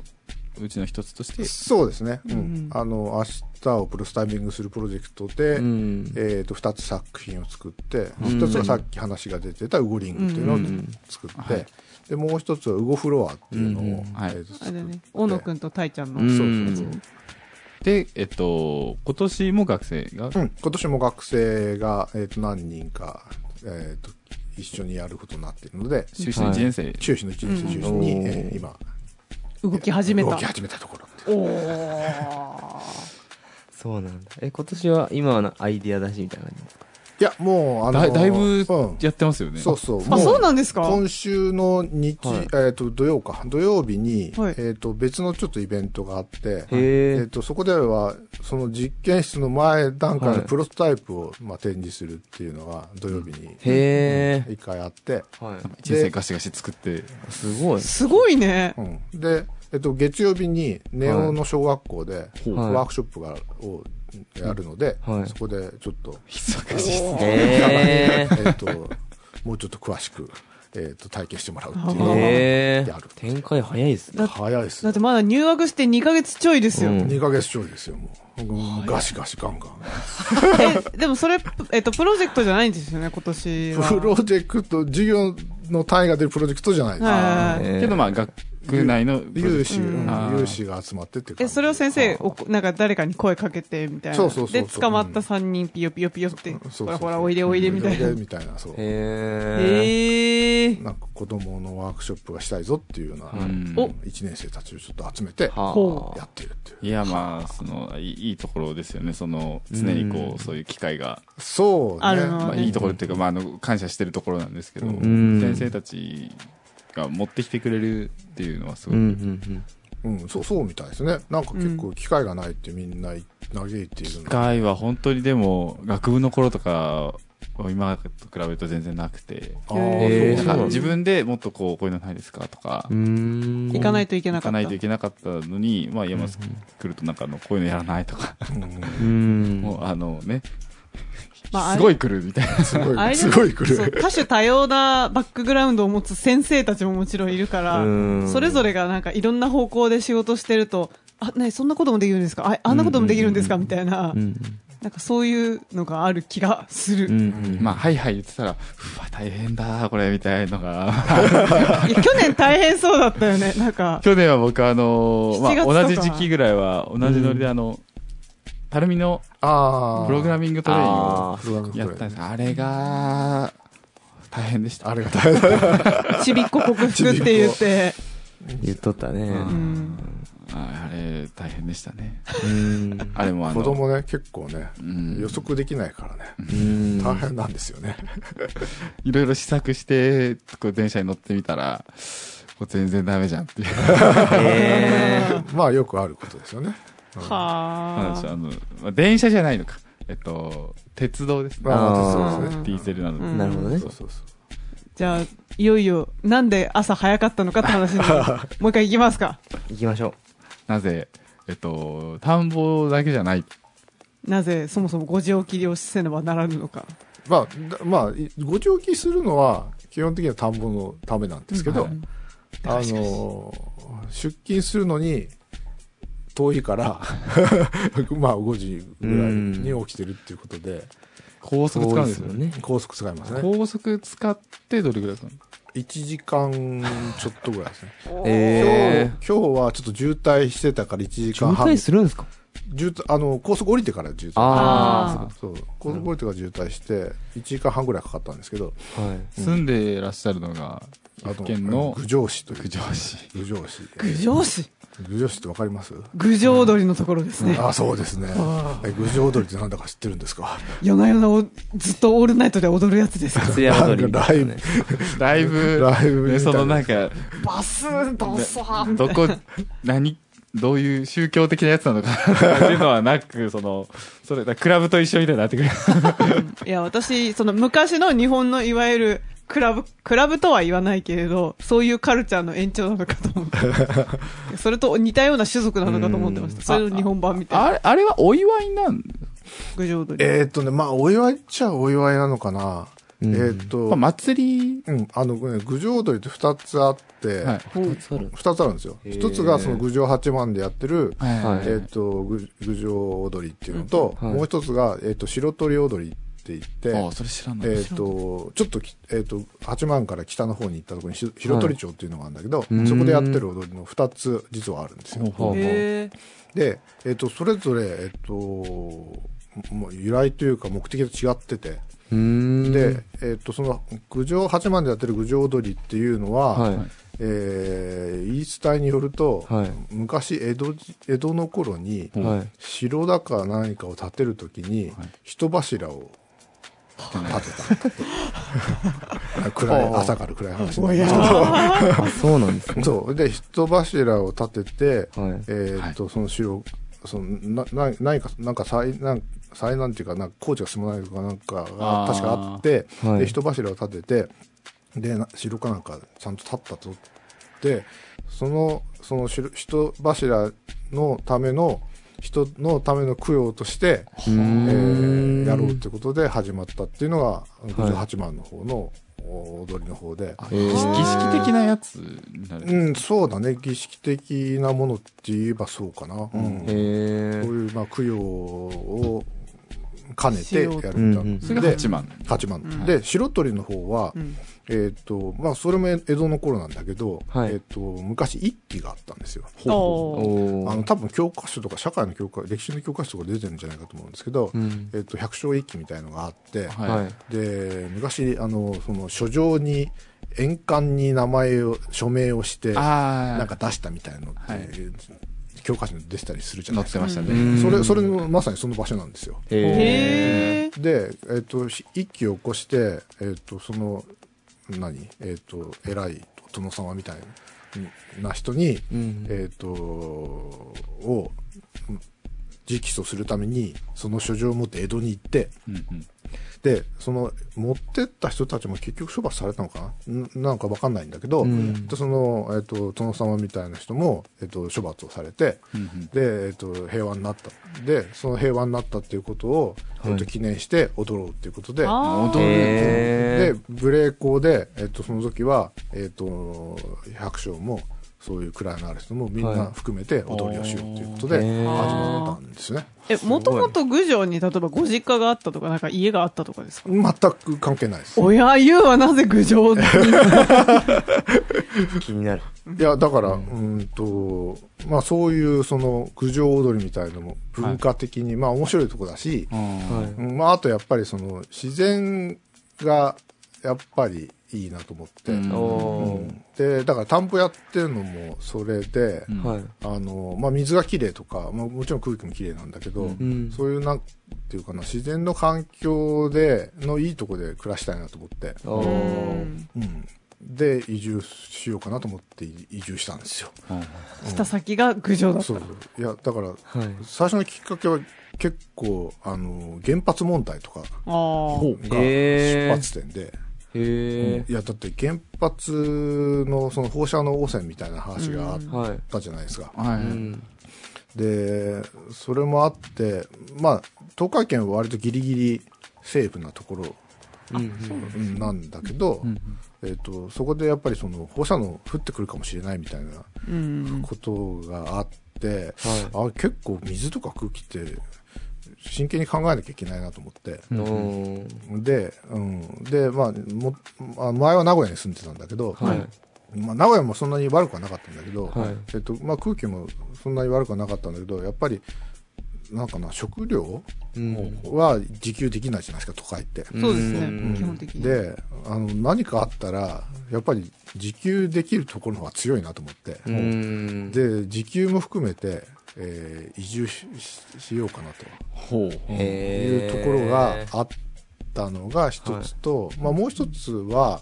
Speaker 1: うちの一つとして、
Speaker 4: そうですね、うん
Speaker 3: うん
Speaker 4: あの明日をプロスタイミングするプロジェクトで、
Speaker 1: ん
Speaker 4: えー、と2つ作品を作って、
Speaker 1: うん
Speaker 4: 1つがさっき話が出てた「ウゴリング」っていうのを
Speaker 1: うん
Speaker 4: 作って、でもう1つは「ウゴフロア」っていうのを、
Speaker 1: うんはい
Speaker 4: えーと
Speaker 3: あ。
Speaker 4: 作
Speaker 3: あれだ
Speaker 4: っ
Speaker 3: ね
Speaker 4: て。
Speaker 3: 大野くんとたいちゃんの。
Speaker 1: うん
Speaker 4: そうそうそう
Speaker 1: で、えっと、今年も学生が、
Speaker 4: うん、今年も学生が、えー、と何人か、えー、と一緒にやることになっているので
Speaker 1: 修士1年生。
Speaker 4: 中止の1日中心に、
Speaker 1: うん
Speaker 4: えー今
Speaker 3: 動き始め
Speaker 4: 動
Speaker 3: た
Speaker 4: き。始めたところって
Speaker 3: おー。
Speaker 2: そうなんだえ今年は今はなアイディア出しみたいな感じですか
Speaker 4: いやもうあの
Speaker 1: だいだいぶ
Speaker 4: うん
Speaker 1: やってますよね。
Speaker 4: そうそうも
Speaker 3: あ、そうなんですか
Speaker 4: 今週の日、
Speaker 2: はい
Speaker 4: えー、と土曜か土曜日に、
Speaker 3: はい
Speaker 4: えー、と別のちょっとイベントがあって、
Speaker 2: へ
Speaker 4: えー、とそこではその実験室の前段階
Speaker 1: はい
Speaker 4: のプロトタイプを、まあ、展示するっていうのが土曜日に
Speaker 2: えへえ
Speaker 4: 一回あって、
Speaker 2: はい
Speaker 1: 1年生ガシガシ作って。
Speaker 2: すごい
Speaker 3: すごいね
Speaker 4: う。ん、で、えっと、月曜日にネオの小学校で、
Speaker 2: はい
Speaker 4: ワークショップがをやるので、
Speaker 2: はい
Speaker 4: そこでちょっと、
Speaker 1: 忙しいっすね。
Speaker 2: へえ
Speaker 4: えっと、もうちょっと詳しく、えっと、体験してもらうっていうのが
Speaker 3: へ
Speaker 2: へえ
Speaker 4: やる
Speaker 2: 展開早いですね
Speaker 3: だ
Speaker 4: 早いです
Speaker 3: だってまだ入学して2ヶ月ちょいですよ。
Speaker 2: うん
Speaker 4: 2ヶ月ちょいですよ、もう。うんガシガシガンガン。
Speaker 3: え、でもそれ、えっと、プロジェクトじゃないんですよね、今年は。
Speaker 4: [laughs] プロジェクト、授業の単位が出るプロジェクトじゃないです。
Speaker 3: はいはいはい。
Speaker 2: えー
Speaker 1: けど、まあ、学内の、
Speaker 4: 有志、
Speaker 3: う
Speaker 4: うん
Speaker 3: ん
Speaker 4: 有志が集まってっていう感
Speaker 3: え、
Speaker 4: じ
Speaker 3: それを先生、おこなんか誰かに声かけて、みたいな。
Speaker 4: そうそうそうそう
Speaker 3: で、捕まった3人、ピヨピヨピヨって、
Speaker 4: そうそう
Speaker 3: ほらほら、おいでおいで、みたい
Speaker 4: お
Speaker 3: ない
Speaker 4: で。みたいな、そう。
Speaker 2: へえ
Speaker 3: えー。
Speaker 4: なんか子供のワークショップがしたいぞっていうような、
Speaker 1: うん
Speaker 3: お
Speaker 4: 1年生たちをちょっと集めて、
Speaker 2: は
Speaker 3: ほ
Speaker 4: やってるっていう。
Speaker 1: いや、まあ、その、いいいいところですよね。その、常にこ
Speaker 2: うん
Speaker 1: う、そういう機会が、
Speaker 4: そうね。
Speaker 3: あるの
Speaker 1: まあ、
Speaker 3: ね
Speaker 1: いいところっていうか、まあ、あの、感謝してるところなんですけど、
Speaker 2: ん
Speaker 1: 先生たちが持ってきてくれるっていうのはす
Speaker 2: あ
Speaker 1: ご
Speaker 2: う
Speaker 1: い。
Speaker 2: んうん
Speaker 4: うん、そう、そうみたいですね。なんか結構機会がないってみんな嘆いている
Speaker 1: 機
Speaker 4: ので。
Speaker 1: 会は本当にでも、学部の頃とか、今と比べると全然なくて、
Speaker 4: あ
Speaker 2: へえ
Speaker 1: なん
Speaker 4: ーそ
Speaker 1: か
Speaker 4: うなんだ
Speaker 1: 自分でもっとこう、こういうのないですかとか、
Speaker 2: うん
Speaker 3: 行かないいといけ
Speaker 1: 行
Speaker 3: なか
Speaker 1: か
Speaker 3: っ
Speaker 1: な
Speaker 3: た
Speaker 1: いと。いけなかったのに、まあ、山崎来るとなんかあの、こういうのやらないとか、
Speaker 4: うん
Speaker 2: うん
Speaker 1: もうあのね、
Speaker 3: まあ
Speaker 1: すごい来るみたいな。
Speaker 4: す
Speaker 3: あ
Speaker 4: ご
Speaker 3: れ
Speaker 4: い、
Speaker 3: じ
Speaker 4: す
Speaker 3: ゃな
Speaker 4: ご
Speaker 3: い
Speaker 4: い来
Speaker 3: そう
Speaker 4: る。
Speaker 3: 多種多様なバックグラウンドを持つ先生たちももちろんいるから、
Speaker 2: うん
Speaker 3: それぞれがなんかいろんな方向で仕事してると、あ、ね、そんなこともできるんですかああんなこともできるんですかみたいな、
Speaker 2: うん
Speaker 3: なんかそういうのがある気がする。
Speaker 2: う
Speaker 3: い
Speaker 2: ん
Speaker 1: まあ、はいはい言ってたら、うわ、大変だ、これ、みたいのが。 [laughs]
Speaker 3: や [laughs] 去年大変そうだったよね。なんか、
Speaker 1: 去年は僕、あのー
Speaker 3: 7月とか
Speaker 1: まあ、同じ時期ぐらいは、同じノリで、あの、たるみの
Speaker 4: ああ。
Speaker 1: プログラミングトレインを
Speaker 2: あ
Speaker 4: プログラミング
Speaker 1: やった
Speaker 4: ト
Speaker 1: ん
Speaker 4: レ
Speaker 1: です。あれが、大変でした。
Speaker 4: ありがたい。
Speaker 3: ちびっこ克服って言って、
Speaker 2: ー言っとったね
Speaker 1: う
Speaker 3: うん、
Speaker 1: ああれ、大変でしたね。
Speaker 2: うん
Speaker 1: あれもあの、
Speaker 4: 子供ね、結構ね、
Speaker 1: うん
Speaker 4: 予測できないからね、
Speaker 2: うん
Speaker 4: 大変なんですよね。 [laughs]
Speaker 1: いろいろ試作して、こう電車に乗ってみたら、こう全然ダメじゃんっていう。
Speaker 2: へー
Speaker 4: まあ、よくあることですよね。
Speaker 1: なん
Speaker 3: は
Speaker 1: でしょう
Speaker 3: あ。
Speaker 1: あの、まあ電車じゃないのか。えっと、鉄道ですね。
Speaker 4: まあま
Speaker 2: あー
Speaker 4: あ、そうですね。
Speaker 1: ディーゼルなので。
Speaker 3: うん
Speaker 2: なるほどね
Speaker 4: そうそうそう。
Speaker 3: じゃあ、いよいよ、なんで朝早かったのかって [laughs] 話に、もう一回行きますか。
Speaker 2: 行きましょ
Speaker 1: なぜ、えっと、田んぼだけじゃない。
Speaker 3: なぜ、そもそもご時起きをせねばならぬのか。
Speaker 4: まあ、だまあ、いご長期するのは、基本的には田んぼのためなんですけど、
Speaker 1: うん
Speaker 4: あのー出勤するのに遠いから [laughs] まあ5時ぐらいに起きてるっていうことで
Speaker 1: 高
Speaker 2: う
Speaker 1: 速使うんですよ
Speaker 2: 多い
Speaker 1: ね。
Speaker 2: ね
Speaker 4: 高速使いますね
Speaker 1: 高速使ってどれぐらい使うの
Speaker 4: 1時間ちょっとぐらいですね
Speaker 2: え
Speaker 4: 今日今日はちょっと渋滞してたから1時
Speaker 2: ー渋
Speaker 4: 間半
Speaker 2: 滞するんですか
Speaker 4: 渋滞あの高速降りてから渋滞
Speaker 2: あ
Speaker 4: そう高速降りてから渋滞して1時間半ぐらいかかったんですけど
Speaker 2: あはい
Speaker 1: 住んでらっしゃるのが、岐阜県の
Speaker 4: 郡上市という
Speaker 1: 九条市。
Speaker 4: 郡上市
Speaker 3: 郡上市
Speaker 4: 郡上市ってわかります
Speaker 3: 郡上踊りのところですね。
Speaker 4: あそうですね
Speaker 3: あ
Speaker 4: え郡上踊りってなんだか知ってるんですか
Speaker 3: 夜な夜なおずっとオールナイトで踊るやつですか。
Speaker 2: つや踊りみたいなね。
Speaker 1: ライブ、
Speaker 4: ライブ
Speaker 1: ね
Speaker 4: みたいな
Speaker 1: そのなんか、
Speaker 3: バスードサー
Speaker 1: どこ、何、どういう宗教的なやつなのかなとかっていうのはなく、その、それ、だクラブと一緒みたいになってくる。
Speaker 3: いや、私、その昔の日本のいわゆるクラブ、クラブとは言わないけれど、そういうカルチャーの延長なのかと思って。それと似たような種族なのかと思ってました。それの日本版みたいな。
Speaker 1: あれ、あれはお祝いなん
Speaker 3: 郡上踊り。
Speaker 4: えーっとねまあお祝いっちゃお祝いなのかなえーっと
Speaker 1: まあ祭り、
Speaker 4: うん、あのね、郡上踊りって二つあって、
Speaker 1: はい。
Speaker 4: 二つあるんですよ。一つがその郡上八幡でやってる、
Speaker 1: はい
Speaker 4: えっ、と、ぐ郡上踊りっていうのと、もう一つが、えっ、と、白鳥踊りって言って、
Speaker 1: ああ、それ知らない。
Speaker 4: えっ、と、ちょっとき、えっ、と、八幡から北の方に行ったところにし白鳥町っていうのがあるんだけど、そこでやってる踊りの二つ実はあるんですよ。
Speaker 1: ほうほう
Speaker 3: え
Speaker 4: で、えっ、と、それぞれ、えっ、と、もう由来というか目的と違ってて、で、えっ、と、その、郡上八幡でやってる郡上踊りっていうのは、
Speaker 6: はい。
Speaker 4: えー言い伝えによると、
Speaker 6: はい
Speaker 4: 昔江戸じ江戸の頃に、
Speaker 6: はい。
Speaker 4: 城だか何かを建てるときに、人柱を建て
Speaker 6: [laughs]
Speaker 4: た暗い朝から暗い話になります
Speaker 6: あ、そうなんです
Speaker 4: けど
Speaker 6: ね。
Speaker 4: そうで人柱を建てて、
Speaker 6: はい
Speaker 4: えーっとその城そのなな何かなんか災難災難っていうかなんか工事が進まないとかなんかが
Speaker 1: あー
Speaker 4: 確かあって
Speaker 6: はい
Speaker 4: で人柱を立ててでな城かなんかちゃんと立ったとでそのその城人柱のための人のための供養として、えーやろうってことで始まったっていうのが
Speaker 6: はい
Speaker 4: 八幡の方のお踊りの方で、
Speaker 6: え
Speaker 1: 儀
Speaker 6: ー
Speaker 1: 式的なやつになる。
Speaker 4: うん、そうだね儀式的なものって言えばそうかな、 [laughs] うん
Speaker 6: え
Speaker 4: こう
Speaker 6: ー
Speaker 4: いうまあ供養を兼ねてやるんだ、
Speaker 6: うんうん
Speaker 1: それが八幡。
Speaker 4: 八幡、で白鳥の方は、
Speaker 3: ん
Speaker 4: えっ、とまあそれも江戸の頃なんだけど、
Speaker 6: はい
Speaker 4: えっ、と昔一揆があったんですよ
Speaker 3: ー、おー
Speaker 6: お
Speaker 4: あの
Speaker 6: ー。
Speaker 4: 多分教科書とか社会の教科歴史の教科書とか出てるんじゃないかと思うんですけど、
Speaker 6: うん。
Speaker 4: えっと百姓一揆みたいのがあって、
Speaker 6: はい。
Speaker 4: で昔あのその書状に円環に名前を署名をして
Speaker 1: ああ、
Speaker 4: なんか出したみたいのって、
Speaker 1: はい
Speaker 4: 教科書に出てたりするじゃな
Speaker 1: 載
Speaker 4: い
Speaker 1: っ
Speaker 4: です
Speaker 1: て
Speaker 4: か
Speaker 1: ました
Speaker 6: う
Speaker 1: ね。
Speaker 6: ん
Speaker 4: それそれのまさにその場所なんですよ
Speaker 6: え
Speaker 3: へえ。
Speaker 4: で、えっとひ一揆を起こして、えっとその何、えっと偉い殿様みたいな人に、
Speaker 6: ん
Speaker 4: えっとをうん直訴するためにその書状を持って江戸に行って
Speaker 1: うんうん
Speaker 4: でその持ってった人たちも結局処罰されたのかなんなんかわかんないんだけど、
Speaker 6: ん
Speaker 4: でその、えっと殿様みたいな人も、えっと処罰をされて。
Speaker 1: うんうん
Speaker 4: で、えっと平和になったでその平和になったっていうことを、えっ
Speaker 6: は
Speaker 4: と
Speaker 6: い
Speaker 4: 記念して踊ろうっていうことで
Speaker 3: あ
Speaker 1: 踊る。
Speaker 6: え
Speaker 4: で無礼講で、えっとその時は、えっと百姓もそういう位のある人もみんな
Speaker 6: はい
Speaker 4: 含めて踊りをしようということ
Speaker 6: へ
Speaker 4: で始
Speaker 6: ー
Speaker 4: まったんですね、
Speaker 3: え、もともと郡上に例えばご実家があったとか、なんか家があったとかですか
Speaker 4: 全く関係ないです
Speaker 3: おや、ゆうはなぜ郡上に
Speaker 6: ー気になる。
Speaker 4: いやだからうーんとまあそういうその郡上踊りみたいのも文化的に、まあ面白いとこだし、
Speaker 1: は
Speaker 6: は
Speaker 4: うんまあ、あとやっぱりその自然がやっぱりいいなと思って、
Speaker 1: うん
Speaker 6: い。
Speaker 4: う
Speaker 6: おー。
Speaker 4: んでだから田んぼやってるのもそれで、
Speaker 1: うん
Speaker 6: はい。
Speaker 4: あのまあ、水がきれいとか、まあ、もちろん空気もきれいなんだけど、
Speaker 6: うん。
Speaker 4: そういうなんていうかな自然の環境でのいいとこで暮らしたいなと思って、
Speaker 6: おー。
Speaker 4: うん、で移住しようかなと思って移住したんですよ。
Speaker 3: した先が郡上だった
Speaker 4: そうそういやだから
Speaker 6: はい。
Speaker 4: 最初のきっかけは結構あの原発問題とか
Speaker 3: あー
Speaker 4: が
Speaker 6: へ
Speaker 4: 出
Speaker 6: ー
Speaker 4: 発点で。
Speaker 6: へえ。
Speaker 4: いやだって原発のその放射能汚染みたいな話があっ
Speaker 6: はい。
Speaker 4: たじゃないですか、
Speaker 1: は
Speaker 6: う
Speaker 1: い。
Speaker 6: ん。
Speaker 4: でそれもあってまあ東海圏は割とギリギリセーフなところ
Speaker 6: うん。
Speaker 4: うんなんだけど、
Speaker 1: ん
Speaker 4: えっとそこでやっぱりその放射能降ってくるかもしれないみたいな
Speaker 3: うん。
Speaker 4: ことがあって、
Speaker 6: は
Speaker 4: あ結構水とか空気って真剣に考えなきゃいけないなと思って。
Speaker 6: おー。
Speaker 4: で、うん。で、まあ、も、あ前は名古屋に住んでたんだけど、
Speaker 6: はい。
Speaker 4: まあ、名古屋もそんなに悪くはなかったんだけど、
Speaker 6: はい
Speaker 4: えっとまあ、空気もそんなに悪くはなかったんだけどやっぱりなんかな、食料
Speaker 6: うん
Speaker 4: は自給できないじゃないですか、都会って。
Speaker 3: そうですね、
Speaker 6: うん
Speaker 3: 基本的に。
Speaker 4: で、あの、何かあったら、やっぱり自給できるところの方が強いなと思って。
Speaker 6: うん
Speaker 4: で、自給も含めて、えー移住しししようかなと
Speaker 1: ほう。
Speaker 4: い
Speaker 6: へ
Speaker 4: う
Speaker 6: ー
Speaker 4: ところがあったのが一つと、まあもう一つは、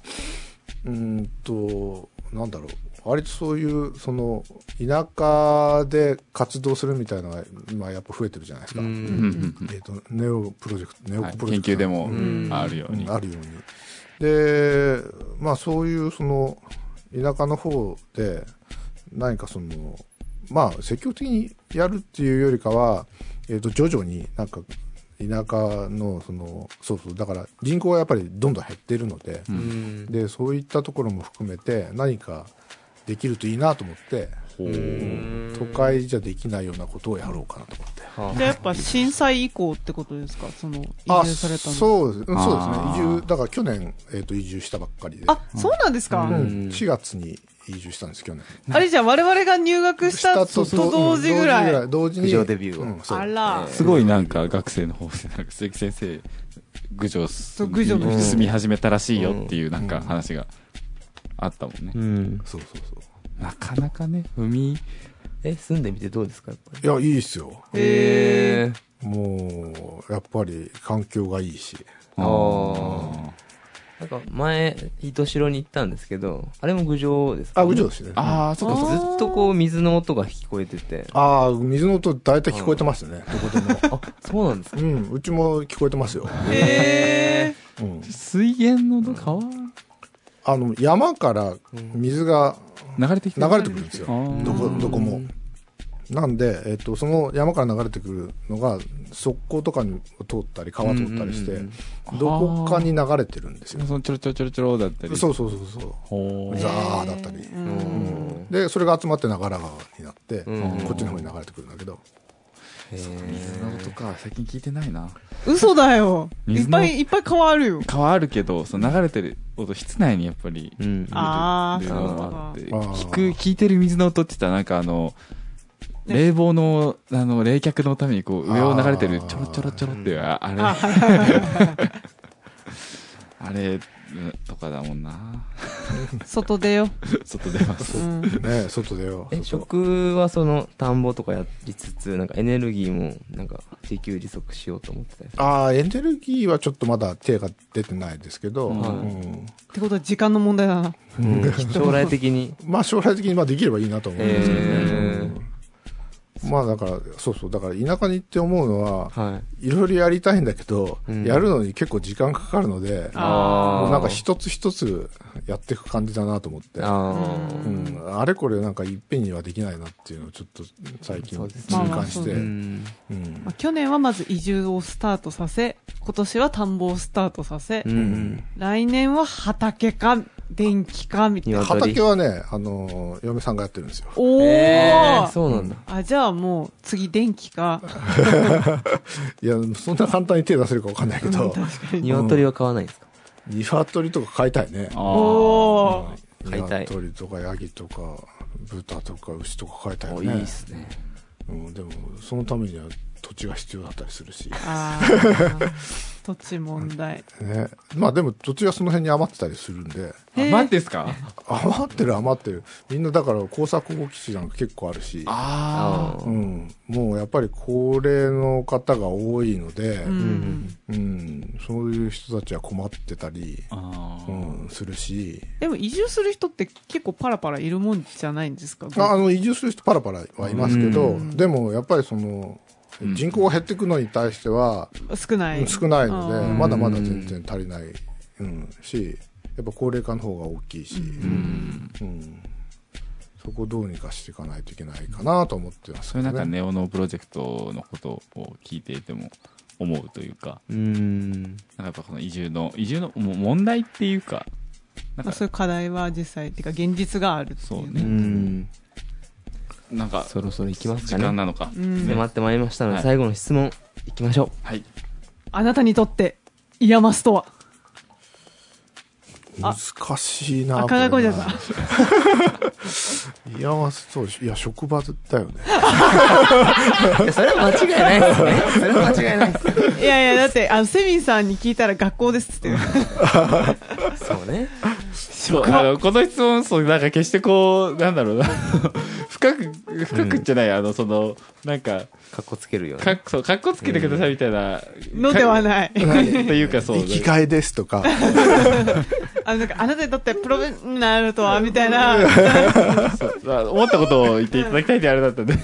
Speaker 4: うーんと、なんだろう、割とそういう、その、田舎で活動するみたいなのが、今やっぱ増えてるじゃないですか。
Speaker 6: うん
Speaker 1: うんうん
Speaker 4: えっ、と、ネオプロジェクト、ネ
Speaker 1: う
Speaker 4: オ
Speaker 1: ん
Speaker 4: プロ
Speaker 1: は
Speaker 4: ジ
Speaker 1: い研
Speaker 4: ェクト、
Speaker 1: 究でも
Speaker 3: ん
Speaker 1: あるように。
Speaker 4: あるように。で、まあそういうその田舎の方で何かその、まあ積極的にやるっていうよりかは、えっ、と徐々になんか田舎のその、そうそう、だから人口がやっぱりどんどん減ってるので、
Speaker 6: うん
Speaker 4: で、そういったところも含めて何かできるといいなと思って、うん都会じゃできないようなことをやろうかなと思って。
Speaker 3: で、やっぱ震災以降ってことですかその、移
Speaker 4: あ、
Speaker 3: 住されたの。
Speaker 4: そうですうんそうですね
Speaker 1: あ。
Speaker 4: 移
Speaker 1: ー
Speaker 4: 住、だから去年、えっ、と、移住したばっかりで。
Speaker 3: あ、そうなんですか、
Speaker 4: うん、4月に移住したんです、去年。
Speaker 3: あれじゃん、我々が入学した
Speaker 4: と
Speaker 3: と同時ぐらい。
Speaker 4: うん同時
Speaker 6: 浮
Speaker 4: に。
Speaker 6: 上デビューを
Speaker 4: うんそう
Speaker 3: あら、
Speaker 1: すごいなんか学生の方で、なんか鈴木先生、郡上す
Speaker 3: そう郡上の人
Speaker 1: に住み始めたらしいよっていうなんか話があったもんね。
Speaker 6: うん
Speaker 4: そうそうそう。
Speaker 1: なかなかね、踏み、
Speaker 6: え住んでみてどうですかやっぱり
Speaker 4: いや、いいですよ。
Speaker 6: へえ
Speaker 4: もう、やっぱり環境がいいし。
Speaker 6: あーなんか前糸城に行ったんですけどあれも郡上ですか
Speaker 4: あ、宇上ですね。あ
Speaker 1: ああ、そうかそうか。
Speaker 6: ずっとこう水の音が聞こえてて
Speaker 4: あー、水の音大体聞こえてますね、どこでも。
Speaker 6: あそうなんですか
Speaker 4: うん、うちも聞こえてますよ。
Speaker 3: へ
Speaker 4: うん。
Speaker 1: 水源の川
Speaker 4: あの、山から水が
Speaker 1: 流れてきて
Speaker 4: 流
Speaker 1: る
Speaker 4: れてくるんですよ
Speaker 1: あ。ー
Speaker 4: どこ、どこも。なんで、えっと、その山から流れてくるのが、側溝とかに通ったり、川通ったりして、どこかに流れてるんですよ。
Speaker 1: そのちょろちょろちょろちょろだったり。
Speaker 4: そうそうそうそう。
Speaker 1: ほー
Speaker 4: ザーだったり。
Speaker 6: うん
Speaker 4: で、それが集まって長良川になって、
Speaker 6: うん
Speaker 4: こっちの方に流れてくるんだけど。
Speaker 6: へ
Speaker 1: 水
Speaker 6: え
Speaker 1: の音か、最近聞いてないな。
Speaker 3: ー嘘だよ。いっ
Speaker 1: 水の
Speaker 3: ぱいいっぱい川あるよ。
Speaker 1: 川あるけど、その流れてる音、室内にやっぱり
Speaker 6: う、ん
Speaker 3: あー
Speaker 1: 出るのもあって、
Speaker 4: そういうこと
Speaker 1: 聞
Speaker 4: か
Speaker 1: く、聞いてる水の音って言ったらなんかあの、
Speaker 3: ね
Speaker 1: 冷房の、あの、冷却のためにこう、上を流れてる
Speaker 4: あー
Speaker 1: ちょろちょろちょろっていう、ああれ、
Speaker 3: あ、はいはいはい。
Speaker 1: [laughs] あれ、とかだもん [laughs] な。
Speaker 3: 外出よ。
Speaker 1: 外出ます
Speaker 3: う。ん。
Speaker 4: ね外でよ。
Speaker 6: え食はその田んぼとかやりつつなんかエネルギーもなんか自給自足しようと思ってたり
Speaker 4: ああ、エネルギーはちょっとまだ手が出てないですけど、
Speaker 1: うん
Speaker 4: うん
Speaker 3: ってことは時間の問題だな。
Speaker 6: 将来的に
Speaker 4: まあ将来的にまあできればいいなと思うんですけどね。
Speaker 6: へ
Speaker 4: うんまあだから、そうそう、だから田舎に行って思うのは、
Speaker 6: はい
Speaker 4: いろいろやりたいんだけど、
Speaker 6: うん
Speaker 4: やるのに結構時間かかるので、
Speaker 3: あ
Speaker 4: もうなんか一つ一つやっていく感じだなと思って。
Speaker 6: あー
Speaker 4: う
Speaker 3: うん
Speaker 4: ん、あれこれなんかいっぺんにはできないなっていうのをちょっと最近
Speaker 6: そうです
Speaker 4: 痛感して、
Speaker 3: まあまあそう
Speaker 4: う
Speaker 3: で
Speaker 6: うん
Speaker 4: ん
Speaker 3: まあ、去年はまず移住をスタートさせ、今年は田んぼをスタートさせ、
Speaker 6: うん
Speaker 3: 来年は畑か、電気か、みたいな。
Speaker 6: 鶏
Speaker 4: 畑はね、あのー嫁さんがやってるんですよ。
Speaker 3: おー、
Speaker 6: えーそうなんだ
Speaker 3: あ、じゃあもう次電気か、
Speaker 4: いや、そんな簡単に手出せるかわかんないけど、
Speaker 6: 鶏は買わないんですか
Speaker 4: 鶏とか飼いたいね。
Speaker 1: あ
Speaker 3: おー、
Speaker 6: 飼いたい
Speaker 4: 鶏とかヤギとか豚とか牛とか飼いたいよ
Speaker 6: おい
Speaker 4: ね。
Speaker 6: いっすね
Speaker 4: うん、でも、そのためには土地が必要だったりするし、
Speaker 3: あー、
Speaker 4: [laughs]
Speaker 3: 土地問題。
Speaker 4: ね。まあでも土地はその辺に余ってたりするんで、
Speaker 1: ー。
Speaker 3: へ
Speaker 1: 待っ
Speaker 3: ー
Speaker 1: てですか
Speaker 4: 余ってる余ってる。みんなだから工作放棄地なんか結構あるし。
Speaker 1: あ
Speaker 6: あ
Speaker 4: う
Speaker 6: ー
Speaker 4: ん、もうやっぱり高齢の方が多いので、
Speaker 3: う
Speaker 4: うん
Speaker 3: ん。
Speaker 4: そういう人たちは困ってたり、
Speaker 1: あ。あ
Speaker 4: うん、するし
Speaker 3: でも移住する人って結構パラパラいるもんじゃないんですか
Speaker 4: ああの移住する人パラパラはいますけど、
Speaker 3: うん
Speaker 4: でもやっぱりその
Speaker 1: うん
Speaker 4: 人口が減っていくのに対しては
Speaker 3: 少ない。
Speaker 4: 少ないので、
Speaker 3: うん
Speaker 4: まだまだ全然足りない、うん、しやっぱ高齢化の方が大きいし、
Speaker 1: うん。
Speaker 4: うんそこをどうにかしていかないといけないかなと思ってます
Speaker 1: それなんかネオのプロジェクトのことを聞いていても思うというか、
Speaker 6: うん
Speaker 1: なんかやっぱこの移住の、移住のもう問題っていうか、なん
Speaker 3: まあ、
Speaker 1: か
Speaker 3: そういう課題は実際、っていうか現実があるってい
Speaker 1: そう
Speaker 3: う
Speaker 1: ね
Speaker 6: う
Speaker 3: ね。
Speaker 6: ん
Speaker 1: なんか、
Speaker 6: そろそろ行きます
Speaker 1: 時
Speaker 6: か
Speaker 1: 間
Speaker 6: ね
Speaker 1: なのか。
Speaker 3: うん
Speaker 1: ね
Speaker 6: 迫ってまいりましたの
Speaker 1: は
Speaker 6: で
Speaker 1: い
Speaker 6: 最後の質問行きましょう
Speaker 1: はい。
Speaker 3: あなたにとって、イヤマスとはあ
Speaker 4: 難しいな
Speaker 3: あ、考え込んじゃっ
Speaker 4: これな
Speaker 3: た。
Speaker 4: いや、まあそうですいや、職場だよね。
Speaker 2: いやそれは間違いないで
Speaker 6: [laughs]
Speaker 2: すね。それは間違いないです。
Speaker 3: いやいや、だって、あの、セミンさんに聞いたら学校で
Speaker 4: [laughs]
Speaker 3: すって言う。
Speaker 2: そうね。
Speaker 1: そうあのこの質問そうなんか決してこうなんだろうな [laughs] 深く深くじゃない、あのそのなんか
Speaker 2: かっこつけるよね。
Speaker 1: かっそうかっこつけてくださいみたいな、
Speaker 3: のではない。
Speaker 1: というかそう
Speaker 4: 生きがいですとか、
Speaker 3: あの、なんか、あなたにとってプロになるとは、みた
Speaker 4: [laughs]
Speaker 3: いな、
Speaker 1: あ思ったことを言っていただきたいってあれだったんで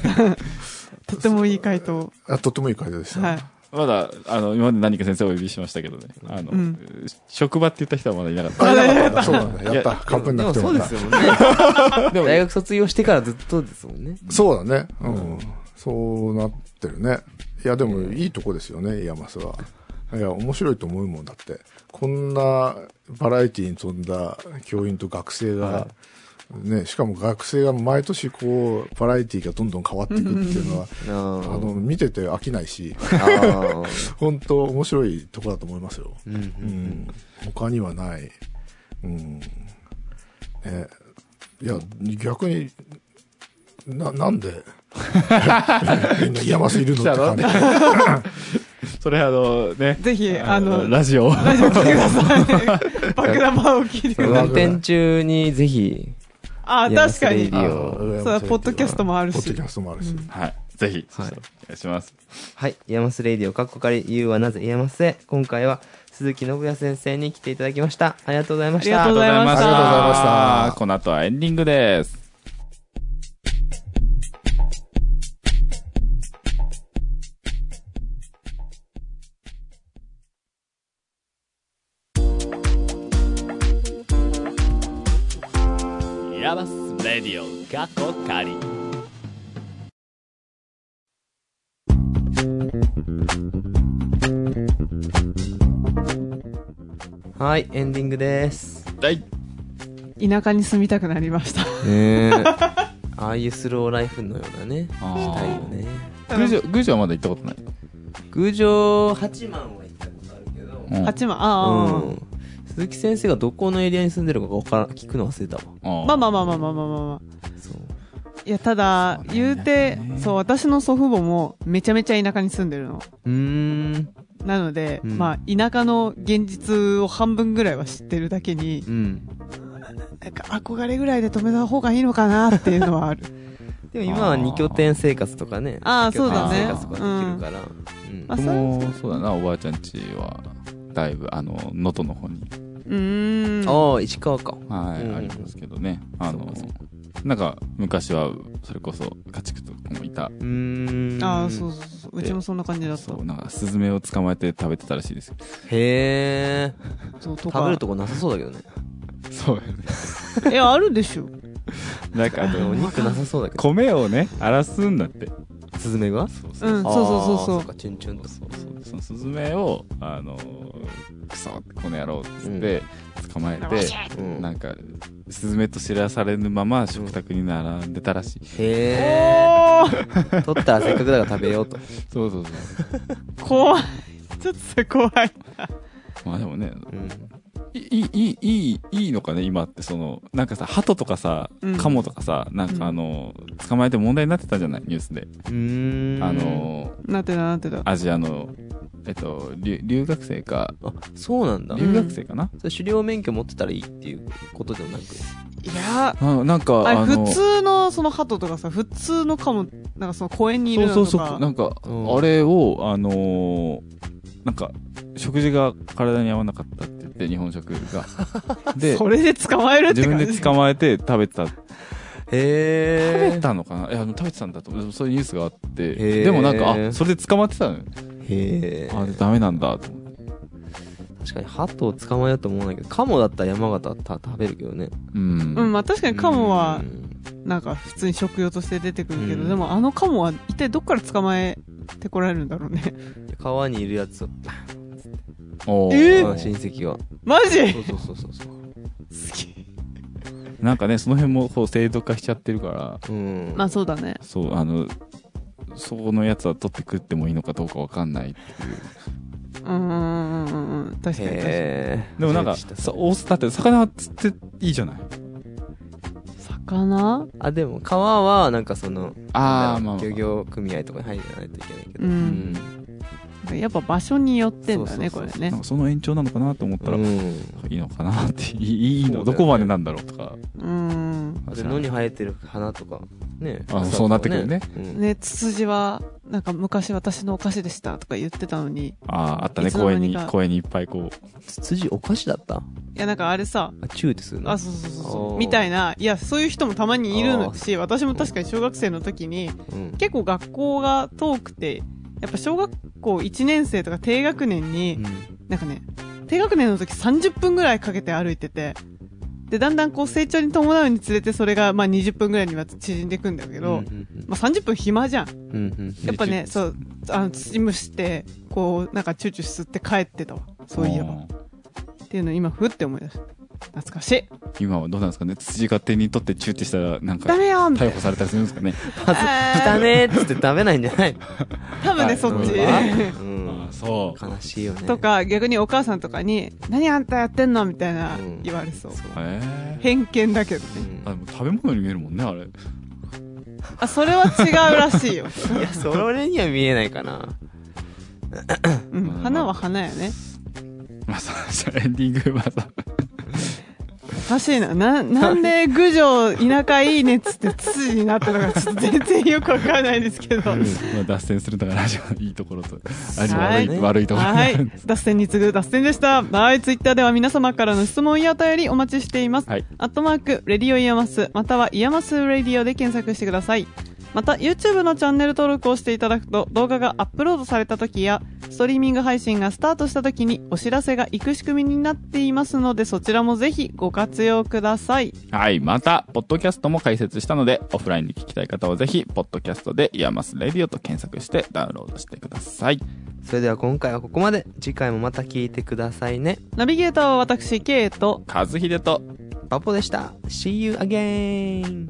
Speaker 1: [laughs]
Speaker 3: とってもいい回答。
Speaker 4: あとてもいい会社で [laughs] した。
Speaker 3: はい。
Speaker 1: まだあの今まで何か先生をお呼びしましたけどねあの、
Speaker 3: うん
Speaker 1: 職場って言った人はまだいなかっ
Speaker 4: あ
Speaker 1: た
Speaker 4: やばかったそうなんだ。やった。
Speaker 1: い
Speaker 4: カップにな
Speaker 2: でも
Speaker 4: って
Speaker 2: そ
Speaker 4: も
Speaker 2: う
Speaker 4: ら
Speaker 2: で
Speaker 4: った
Speaker 2: すよね。大学卒業してからずっとですもんね。
Speaker 4: そうだね。うん。そうなってるね。いや、でもいいとこですよね、イヤマスは。いや、面白いと思うもんだって。こんなバラエティに富んだ教員と学生が、ね、しかも学生が毎年こう、バラエティがどんどん変わっていくっていうのは、
Speaker 2: あ
Speaker 4: あ
Speaker 2: ー
Speaker 4: の、見てて飽きないし、
Speaker 2: あ
Speaker 4: [laughs] 本当面白いとこだと思いますよ。
Speaker 2: ー。うん
Speaker 4: うん、他にはない。うん。ね、いや、逆に、な、なん
Speaker 2: [laughs]
Speaker 4: で、みんな [laughs] 山瀬いるのって感じ。
Speaker 1: それあのね
Speaker 3: ぜひ、あの、ラ
Speaker 1: ラジ [laughs] オ
Speaker 3: ジオ聞いてください。爆弾を聞いてください。
Speaker 2: 運転中にぜひ、
Speaker 3: あ、
Speaker 2: いや
Speaker 3: 確かに
Speaker 2: そ。れいいよ
Speaker 3: そうだ、ポッドキャスト
Speaker 4: も
Speaker 3: もある
Speaker 4: ポッド
Speaker 3: し
Speaker 4: キ。ャストもあるし。
Speaker 1: はいぜひ、
Speaker 2: はい
Speaker 1: お願いします
Speaker 2: はい、イヤマスレディオかっこかり、言うはなぜイヤマスへ。今回は鈴木信也先生に来ていただきました。ありがとうございました。
Speaker 3: ありがとうございま
Speaker 1: あり
Speaker 3: した
Speaker 1: がとうございまし
Speaker 4: ありがとうございました
Speaker 1: たこの後はエンディングですヤバスレディオ過去仮
Speaker 2: はい、エンディングです。
Speaker 1: 第
Speaker 3: 田舎に住みたくなりました。
Speaker 2: ね [laughs] ああいうスローライフのようなね、したいよね。
Speaker 1: グジョグジョはまだ行ったことない
Speaker 2: 宮上八幡は行ったことあるけど、
Speaker 1: うん
Speaker 3: 八幡、あ
Speaker 2: うん。鈴木先生がどこのエリアに住んでるかわから聞くの忘れたわ。
Speaker 3: あ。
Speaker 1: あ
Speaker 3: まあまあまあまあまあまあまあまあ。
Speaker 2: そう。
Speaker 3: いや、ただ、
Speaker 1: そう
Speaker 3: 言
Speaker 1: ね
Speaker 3: うて
Speaker 1: 田舎、ね
Speaker 3: そう、私の祖父母もめちゃめちゃ田舎に住んでるの。
Speaker 2: うーん。
Speaker 3: なので、
Speaker 2: うん
Speaker 3: まあ、田舎の現実を半分ぐらいは知ってるだけに
Speaker 2: う、ん。
Speaker 3: なんか憧れぐらいで止めた方がいいのかなっていうのはある。
Speaker 2: でも今は二拠点生活とかね。
Speaker 3: あー
Speaker 2: 二拠点
Speaker 1: そうだね
Speaker 2: 生活とかできるから。うん
Speaker 3: あ
Speaker 1: 僕もそうだなおばあちゃん家はだいぶあの能登の方に
Speaker 3: うーん。
Speaker 2: ああ、石川か。
Speaker 1: はい、
Speaker 2: うん
Speaker 1: ありますけどねあの
Speaker 2: そうか
Speaker 1: なんか昔はそれこそ家畜とかもいた
Speaker 2: うーん。
Speaker 3: ああ、そうそうそう。うちもそんな感じだった。
Speaker 1: そ
Speaker 3: そう
Speaker 1: なんかスズメを捕まえて食べてたらしいですけ
Speaker 2: へえ。
Speaker 3: う、と
Speaker 2: 食べ
Speaker 3: か
Speaker 2: る。とこなさそうだけどね。
Speaker 1: ど [laughs] そうよね
Speaker 3: え、あるでしょ。
Speaker 1: なんかあ [laughs]
Speaker 2: お
Speaker 1: の
Speaker 2: 肉なさそうだけど。
Speaker 1: 米をね荒らすんだって
Speaker 2: スズメが
Speaker 1: そう
Speaker 3: う
Speaker 1: そ
Speaker 3: ん、
Speaker 1: う
Speaker 3: そうそう
Speaker 2: あー
Speaker 3: そう
Speaker 2: っ
Speaker 3: そう。
Speaker 2: か、チュンチュンと。
Speaker 1: そうそうそのスズメをあのクソってこの野郎っつって捕まえて、
Speaker 2: うん
Speaker 1: なんかスズメと知らされぬまま食卓に並んでたらしい、
Speaker 2: へえ。取ったらせっかくだから食べようと。
Speaker 1: そうそうそう
Speaker 3: 怖い。ちょっとそれ怖い。
Speaker 1: まあでもね
Speaker 2: うん。
Speaker 1: いい、いい、いい、いいのかね、今って、その、なんかさ、鳩とかさ
Speaker 3: うん、
Speaker 1: カモとかさ、なん
Speaker 3: うん
Speaker 1: かあの、捕まえて問題になってたじゃない、ニュースで。
Speaker 2: うーん。
Speaker 1: あ、の、
Speaker 3: なんてだ、なんてだ。
Speaker 1: アジアの、えっと、留留学生か、
Speaker 2: あ、そうなんだ。
Speaker 1: 留学生かな
Speaker 2: それ狩猟免許持ってたらいいっていうことでもなく。
Speaker 3: いや
Speaker 1: あなんか、
Speaker 3: あれ
Speaker 1: あの、
Speaker 3: 普
Speaker 1: そ
Speaker 3: 通のその鳩とかさ、普通のカモ、なんかその公園にいうるの
Speaker 1: そ
Speaker 3: と
Speaker 1: う
Speaker 3: か。
Speaker 1: そう、なんか、
Speaker 2: うん
Speaker 1: あれを、あのー、なんか、食事が体に合わなかったって言って、日本食
Speaker 3: [laughs]
Speaker 1: が。で、
Speaker 3: それで捕まえるって
Speaker 1: 自
Speaker 3: 感
Speaker 1: 分
Speaker 3: じ。
Speaker 1: で捕まえて食べてた食べ
Speaker 2: へえ。
Speaker 1: たのかないや、でも食べてたんだと思う。でもそういうニュースがあって。
Speaker 2: へー
Speaker 1: でもなんか、あ、それで捕まってたのよ。
Speaker 2: へえ。
Speaker 1: あ、でダメなんだ、と思って。
Speaker 2: 確かに、鳩を捕まえようと思わないけど、カモだったら山形た食べるけどね。
Speaker 1: うん。
Speaker 3: うん、まあ確かにカモ
Speaker 2: う、
Speaker 3: は
Speaker 2: ん
Speaker 3: なんか普通に食用として出てくるけど、
Speaker 2: うん
Speaker 3: でもあのカモは一体どっから捕まえてこられるんだろうね。 [laughs]
Speaker 2: 川にいるやつを、
Speaker 1: おー
Speaker 3: え
Speaker 2: あ親戚は。
Speaker 3: マジ
Speaker 2: そうそうそうそうそう。
Speaker 1: なんかね、その辺も、こう、制度化しちゃってるから、
Speaker 2: うん。
Speaker 3: まあそうだね。
Speaker 1: そう、あの、そこのやつは取って食ってもいいのかどうかわかんないっていうう
Speaker 3: うんうんうんうん確かに確かに
Speaker 2: へえ
Speaker 1: でもなんか、
Speaker 2: 初めて知っ
Speaker 1: さおだって魚釣っていいじゃない。
Speaker 3: 魚
Speaker 2: たあでも川はなんかその
Speaker 1: ああ、
Speaker 2: なんだろう
Speaker 1: まあ、
Speaker 2: 漁業組合とかに入らないといけないけど
Speaker 3: うん
Speaker 2: うん
Speaker 3: やっぱ場所によってんだね
Speaker 2: そ
Speaker 3: こ
Speaker 2: うそ
Speaker 3: れ
Speaker 1: な
Speaker 2: うそう
Speaker 3: ね
Speaker 1: んかその延長なのかなと思ったら、
Speaker 2: う
Speaker 1: い
Speaker 2: ん
Speaker 1: いのかなって、いいいい
Speaker 2: そうだよ
Speaker 1: の、
Speaker 2: ね
Speaker 1: どこまでなんだろうとか。
Speaker 3: うん
Speaker 2: あと野に生えてる花とかね
Speaker 1: あそうなってくるね
Speaker 2: うん
Speaker 3: ねツツジはなんか昔私のお菓子でしたとか言ってたのに
Speaker 1: ああ、あったね、
Speaker 3: いつの
Speaker 1: 公
Speaker 3: 間
Speaker 1: 園
Speaker 3: に
Speaker 1: に
Speaker 3: か、
Speaker 1: 公園にいっぱいこう。
Speaker 2: ツツジお菓子だった
Speaker 3: いやなんかあれさ
Speaker 2: あチューってするの
Speaker 3: あそうそうそうそ
Speaker 2: あー
Speaker 3: うみたいないやそういう人もたまにいる
Speaker 2: あ
Speaker 3: のし私も確かに小学生の時に
Speaker 2: うん
Speaker 3: 結構学校が遠くてやっぱ小学校1年生とか低学年に、
Speaker 2: うん
Speaker 3: なんかね、低学年の時30分ぐらいかけて歩いてて、で、だんだんこう成長に伴うにつれて、それがまあ20分ぐらいには縮んでいくんだけど、まあ30分暇じゃん。
Speaker 2: うんうんうん
Speaker 3: やっぱね、そう、あの、土蒸して、こう、なんかチューチュー吸って帰ってたわ。そういえば。
Speaker 1: ん
Speaker 3: っていうのを今、ふって思い出した。懐かしい。
Speaker 1: 今はどうなんですかね、土が手に取ってチューってしたら、なんか
Speaker 3: ダ、メよみたい
Speaker 1: 逮
Speaker 3: な。
Speaker 1: 捕されたりするんですかね。
Speaker 2: まず豚ねーっつって食べないんじゃない
Speaker 3: 多分ね、そっち。
Speaker 2: うん
Speaker 1: あそう。
Speaker 2: 悲しいよね
Speaker 3: とか、逆にお母さんとかに、何あんたやってんのみたいな
Speaker 2: うん
Speaker 3: 言われそう。
Speaker 1: へえ。
Speaker 3: 偏見だけど
Speaker 2: う
Speaker 1: あ、
Speaker 2: ん
Speaker 3: ね。
Speaker 1: でも食べ物に見えるもんね、あれ。
Speaker 3: あ、それは違うらしいよ。
Speaker 2: いやそれには見えないかな
Speaker 3: うん。花は花やね。
Speaker 1: まあ、そう、エンディング、まあさ、
Speaker 3: おかしいな。な、なんで、郡上、田舎いいねっつって、つになったのか、ちょっと全然よくわからないですけど。
Speaker 1: まあ、脱線するとか、ラジオのいいところと、ラジオ
Speaker 3: は
Speaker 1: 悪
Speaker 3: い
Speaker 1: い、悪いところがあ
Speaker 3: は
Speaker 1: るん
Speaker 3: い
Speaker 1: です。。
Speaker 3: 脱線に次ぐ脱線でした。はい。ツイッターでは皆様からの質問やお便りお待ちしています。
Speaker 1: はい
Speaker 3: アットマーク、レディオイヤマス、またはイヤマスレディオで検索してください。また、YouTube のチャンネル登録をしていただくと、動画がアップロードされた時や、ストリーミング配信がスタートした時にお知らせが行く仕組みになっていますので、そちらもぜひご活用ください。
Speaker 1: はい。また、ポッドキャストも開設したので、オフラインで聞きたい方はぜひ、ポッドキャストでイヤマスレディオと検索してダウンロードしてください。
Speaker 2: それでは今回はここまで次回もまた聞いてくださいね
Speaker 3: ナビゲーターは私、ケイと、
Speaker 1: 和秀と、
Speaker 2: パポでした See you again